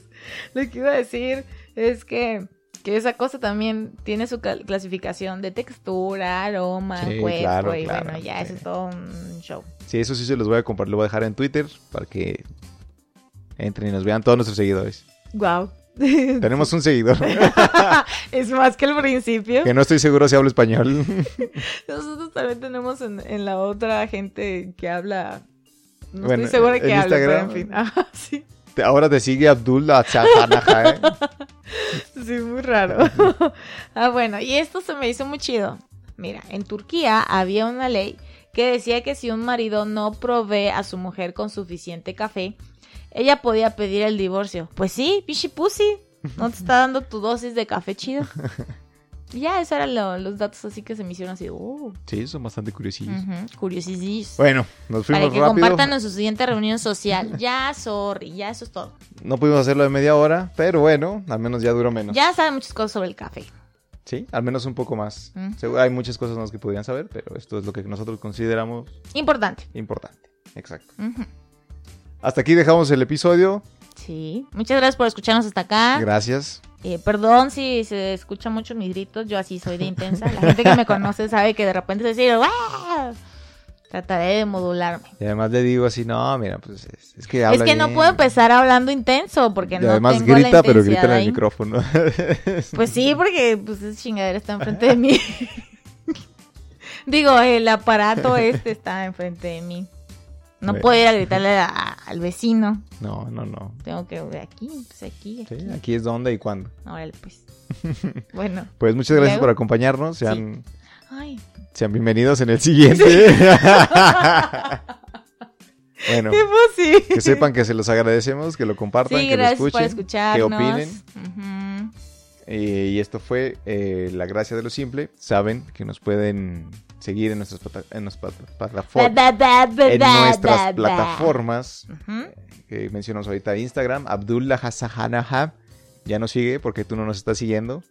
[SPEAKER 2] Lo que iba a decir es que, que esa cosa también tiene su cal- clasificación de textura, aroma,
[SPEAKER 1] Sí,
[SPEAKER 2] cuerpo
[SPEAKER 1] claro,
[SPEAKER 2] y
[SPEAKER 1] claro,
[SPEAKER 2] bueno, ya
[SPEAKER 1] sí.
[SPEAKER 2] eso es todo un show.
[SPEAKER 1] Sí, eso sí se los voy a compartir, lo voy a dejar en Twitter para que entren y nos vean todos nuestros seguidores.
[SPEAKER 2] Wow.
[SPEAKER 1] Tenemos un seguidor
[SPEAKER 2] es más que el principio.
[SPEAKER 1] que no estoy seguro si habla español.
[SPEAKER 2] Nosotros también tenemos en, en la otra gente que habla. No
[SPEAKER 1] Bueno,
[SPEAKER 2] estoy segura que
[SPEAKER 1] en
[SPEAKER 2] habla, pero en
[SPEAKER 1] Instagram.
[SPEAKER 2] fin. Ajá, sí,
[SPEAKER 1] Te- Ahora te sigue Abdullah Chajanaja, ¿eh?
[SPEAKER 2] sí, muy raro. ah, bueno, y esto se me hizo muy chido. Mira, en Turquía había una ley que decía que si un marido no provee a su mujer con suficiente café, ella podía pedir el divorcio. Pues sí, pichi pussy, no te está dando tu dosis de café chido. Y Ya, esos eran lo- los datos así que se me hicieron así. Uh,
[SPEAKER 1] Sí, son bastante curiosillos.
[SPEAKER 2] ujú, curiosidis.
[SPEAKER 1] Bueno, nos
[SPEAKER 2] Para
[SPEAKER 1] fuimos
[SPEAKER 2] que
[SPEAKER 1] rápido.
[SPEAKER 2] compartan en su siguiente reunión social. Ya, sorry, ya eso es todo.
[SPEAKER 1] No pudimos hacerlo de media hora, pero bueno, al menos ya duró menos.
[SPEAKER 2] Ya saben muchas cosas sobre el café.
[SPEAKER 1] Sí, al menos un poco más.
[SPEAKER 2] Ujú.
[SPEAKER 1] Seguro hay muchas cosas más que podrían saber, pero esto es lo que nosotros consideramos
[SPEAKER 2] Importante.
[SPEAKER 1] importante. Exacto.
[SPEAKER 2] Ujú.
[SPEAKER 1] Hasta aquí dejamos el episodio.
[SPEAKER 2] Sí. Muchas gracias por escucharnos hasta acá.
[SPEAKER 1] Gracias.
[SPEAKER 2] Eh, perdón si se escucha mucho mis gritos. Yo así soy de intensa. La gente que me conoce sabe que de repente se dice, "Guau". Trataré de modularme.
[SPEAKER 1] Y además le digo así, no, mira, pues es, es que
[SPEAKER 2] Es
[SPEAKER 1] habla
[SPEAKER 2] que no
[SPEAKER 1] bien".
[SPEAKER 2] puedo empezar hablando intenso porque
[SPEAKER 1] Y
[SPEAKER 2] no
[SPEAKER 1] además
[SPEAKER 2] tengo
[SPEAKER 1] grita,
[SPEAKER 2] la
[SPEAKER 1] pero grita en el
[SPEAKER 2] intensidad ahí.
[SPEAKER 1] micrófono.
[SPEAKER 2] Pues sí, porque pues esa chingadera está enfrente de mí. Digo, el aparato este está enfrente de mí. No
[SPEAKER 1] Bueno.
[SPEAKER 2] puedo ir a gritarle a- al vecino.
[SPEAKER 1] no, no, no.
[SPEAKER 2] Tengo que de aquí, pues aquí, aquí.
[SPEAKER 1] Sí, aquí es dónde y cuándo.
[SPEAKER 2] Órale, pues. Bueno.
[SPEAKER 1] Pues muchas gracias
[SPEAKER 2] Luego.
[SPEAKER 1] por acompañarnos. Sean...
[SPEAKER 2] Ay,
[SPEAKER 1] Sean bienvenidos en el siguiente. bueno,
[SPEAKER 2] qué fácil.
[SPEAKER 1] que sepan que se los agradecemos, que lo compartan,
[SPEAKER 2] Sí,
[SPEAKER 1] que lo
[SPEAKER 2] gracias por
[SPEAKER 1] escuchen, que
[SPEAKER 2] escucharnos.
[SPEAKER 1] opinen.
[SPEAKER 2] Ujú.
[SPEAKER 1] Eh, y esto fue eh, La Gracia de lo Simple. Saben que nos pueden seguir en nuestras, plata- en nuestras
[SPEAKER 2] Ba,
[SPEAKER 1] plataformas.
[SPEAKER 2] ba, ba, ba,
[SPEAKER 1] En
[SPEAKER 2] ba,
[SPEAKER 1] nuestras
[SPEAKER 2] ba, ba.
[SPEAKER 1] plataformas
[SPEAKER 2] Ujú.
[SPEAKER 1] que mencionamos ahorita Instagram, Abdullah Hassahanaha. Ya nos sigue porque tú no nos estás siguiendo.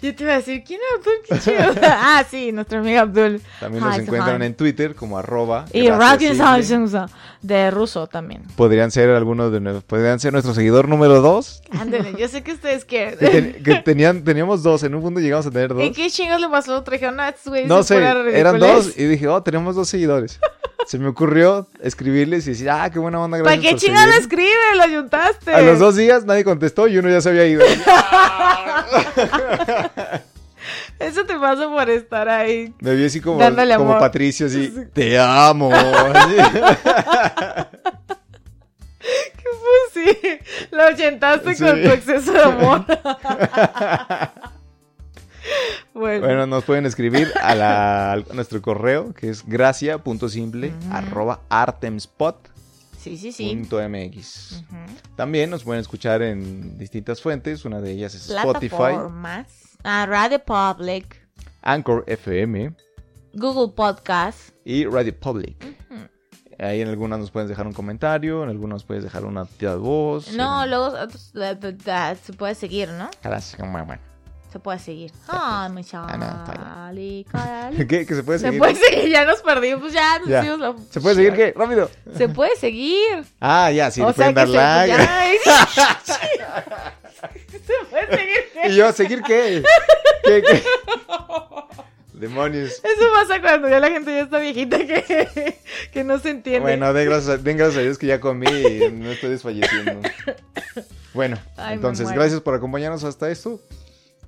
[SPEAKER 2] Yo te iba a decir, ¿quién es Abdul? Qué chido. ah, sí, nuestro amigo Abdul.
[SPEAKER 1] También nos
[SPEAKER 2] Hassahan.
[SPEAKER 1] encuentran en Twitter como arroba.
[SPEAKER 2] Y
[SPEAKER 1] Gracia
[SPEAKER 2] Rocky
[SPEAKER 1] Simple.
[SPEAKER 2] Samsung de ruso también.
[SPEAKER 1] Podrían ser algunos de nue- podrían ser nuestro seguidor número dos.
[SPEAKER 2] Ándale, yo sé que ustedes
[SPEAKER 1] Que,
[SPEAKER 2] quieren.
[SPEAKER 1] ten- que tenían, teníamos dos, en un punto llegamos a tener
[SPEAKER 2] ¿Y
[SPEAKER 1] dos.
[SPEAKER 2] qué chingos le pasó? Trajeron a estos güeyes
[SPEAKER 1] No
[SPEAKER 2] de
[SPEAKER 1] sé,
[SPEAKER 2] pura ridiculez.
[SPEAKER 1] eran dos y dije, oh, tenemos dos seguidores. Se me ocurrió escribirles y decir, ah, qué buena onda,
[SPEAKER 2] ¿Para
[SPEAKER 1] gracias.
[SPEAKER 2] qué
[SPEAKER 1] por
[SPEAKER 2] chingados
[SPEAKER 1] seguir".
[SPEAKER 2] escribe? Lo ayuntaste.
[SPEAKER 1] A los dos días nadie contestó y uno ya se había ido.
[SPEAKER 2] Eso te pasa por estar ahí.
[SPEAKER 1] Me vi así como,
[SPEAKER 2] Dándole
[SPEAKER 1] como
[SPEAKER 2] amor.
[SPEAKER 1] Patricio, así, te amo.
[SPEAKER 2] Pues sí, lo ayuntaste
[SPEAKER 1] Sí.
[SPEAKER 2] con tu exceso de amor. bueno,
[SPEAKER 1] bueno, nos pueden escribir a, la- a nuestro correo que es gracia.simple
[SPEAKER 2] Ujú.
[SPEAKER 1] arroba artemspot
[SPEAKER 2] sí, sí, sí.
[SPEAKER 1] punto mx.
[SPEAKER 2] Ujú.
[SPEAKER 1] También nos pueden escuchar en distintas fuentes, una de ellas es Spotify,
[SPEAKER 2] Plataformas. Ah, Radio Public.
[SPEAKER 1] Anchor FM,
[SPEAKER 2] Google Podcast.
[SPEAKER 1] y Radio Public.
[SPEAKER 2] Ujú.
[SPEAKER 1] Ahí en algunas nos puedes dejar un comentario, en algunas puedes dejar una tía de voz.
[SPEAKER 2] No,
[SPEAKER 1] en-
[SPEAKER 2] luego otros- da- da- da- se puede seguir, ¿no?
[SPEAKER 1] Gracias, mamá, bueno.
[SPEAKER 2] Se puede seguir. Ay, mi
[SPEAKER 1] Ah, no, está bien.
[SPEAKER 2] chali, carali.
[SPEAKER 1] ¿Qué? ¿Que se puede
[SPEAKER 2] Se
[SPEAKER 1] seguir?
[SPEAKER 2] puede seguir, ya nos perdimos, pues ya nos
[SPEAKER 1] Ya.
[SPEAKER 2] dimos la-
[SPEAKER 1] ¿Se puede seguir qué? ¡Rápido!
[SPEAKER 2] Se puede seguir.
[SPEAKER 1] Ah, ya, sí,
[SPEAKER 2] o
[SPEAKER 1] le
[SPEAKER 2] sea
[SPEAKER 1] pueden
[SPEAKER 2] que
[SPEAKER 1] dar
[SPEAKER 2] se,
[SPEAKER 1] like.
[SPEAKER 2] ya, ay, sí. se puede seguir. ¿qué?
[SPEAKER 1] ¿Y yo seguir qué? ¿Qué, qué? Demonios.
[SPEAKER 2] Eso pasa cuando ya la gente ya está viejita que, que no se entiende.
[SPEAKER 1] Bueno, den gracias, a, den gracias a Dios que ya comí y no estoy desfalleciendo. Bueno,
[SPEAKER 2] Ay, me
[SPEAKER 1] entonces,
[SPEAKER 2] muero.
[SPEAKER 1] gracias por acompañarnos hasta esto.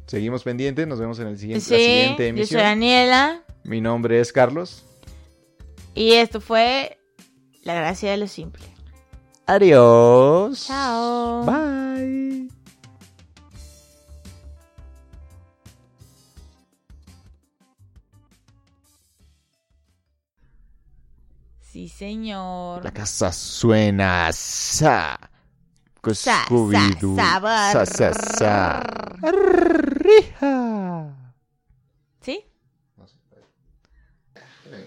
[SPEAKER 1] Seguimos pendientes, nos vemos en el siguiente, la
[SPEAKER 2] sí,
[SPEAKER 1] siguiente
[SPEAKER 2] yo soy
[SPEAKER 1] emisión.
[SPEAKER 2] Daniela
[SPEAKER 1] Mi nombre es Carlos.
[SPEAKER 2] y esto fue La Gracia de lo Simple.
[SPEAKER 1] Adiós.
[SPEAKER 2] Chao.
[SPEAKER 1] Bye.
[SPEAKER 2] Sí, señor.
[SPEAKER 1] La casa suena sa. Con
[SPEAKER 2] Sa- sa-
[SPEAKER 1] Scooby-Doo. Sa,
[SPEAKER 2] sabor.
[SPEAKER 1] sa, sa. Arr.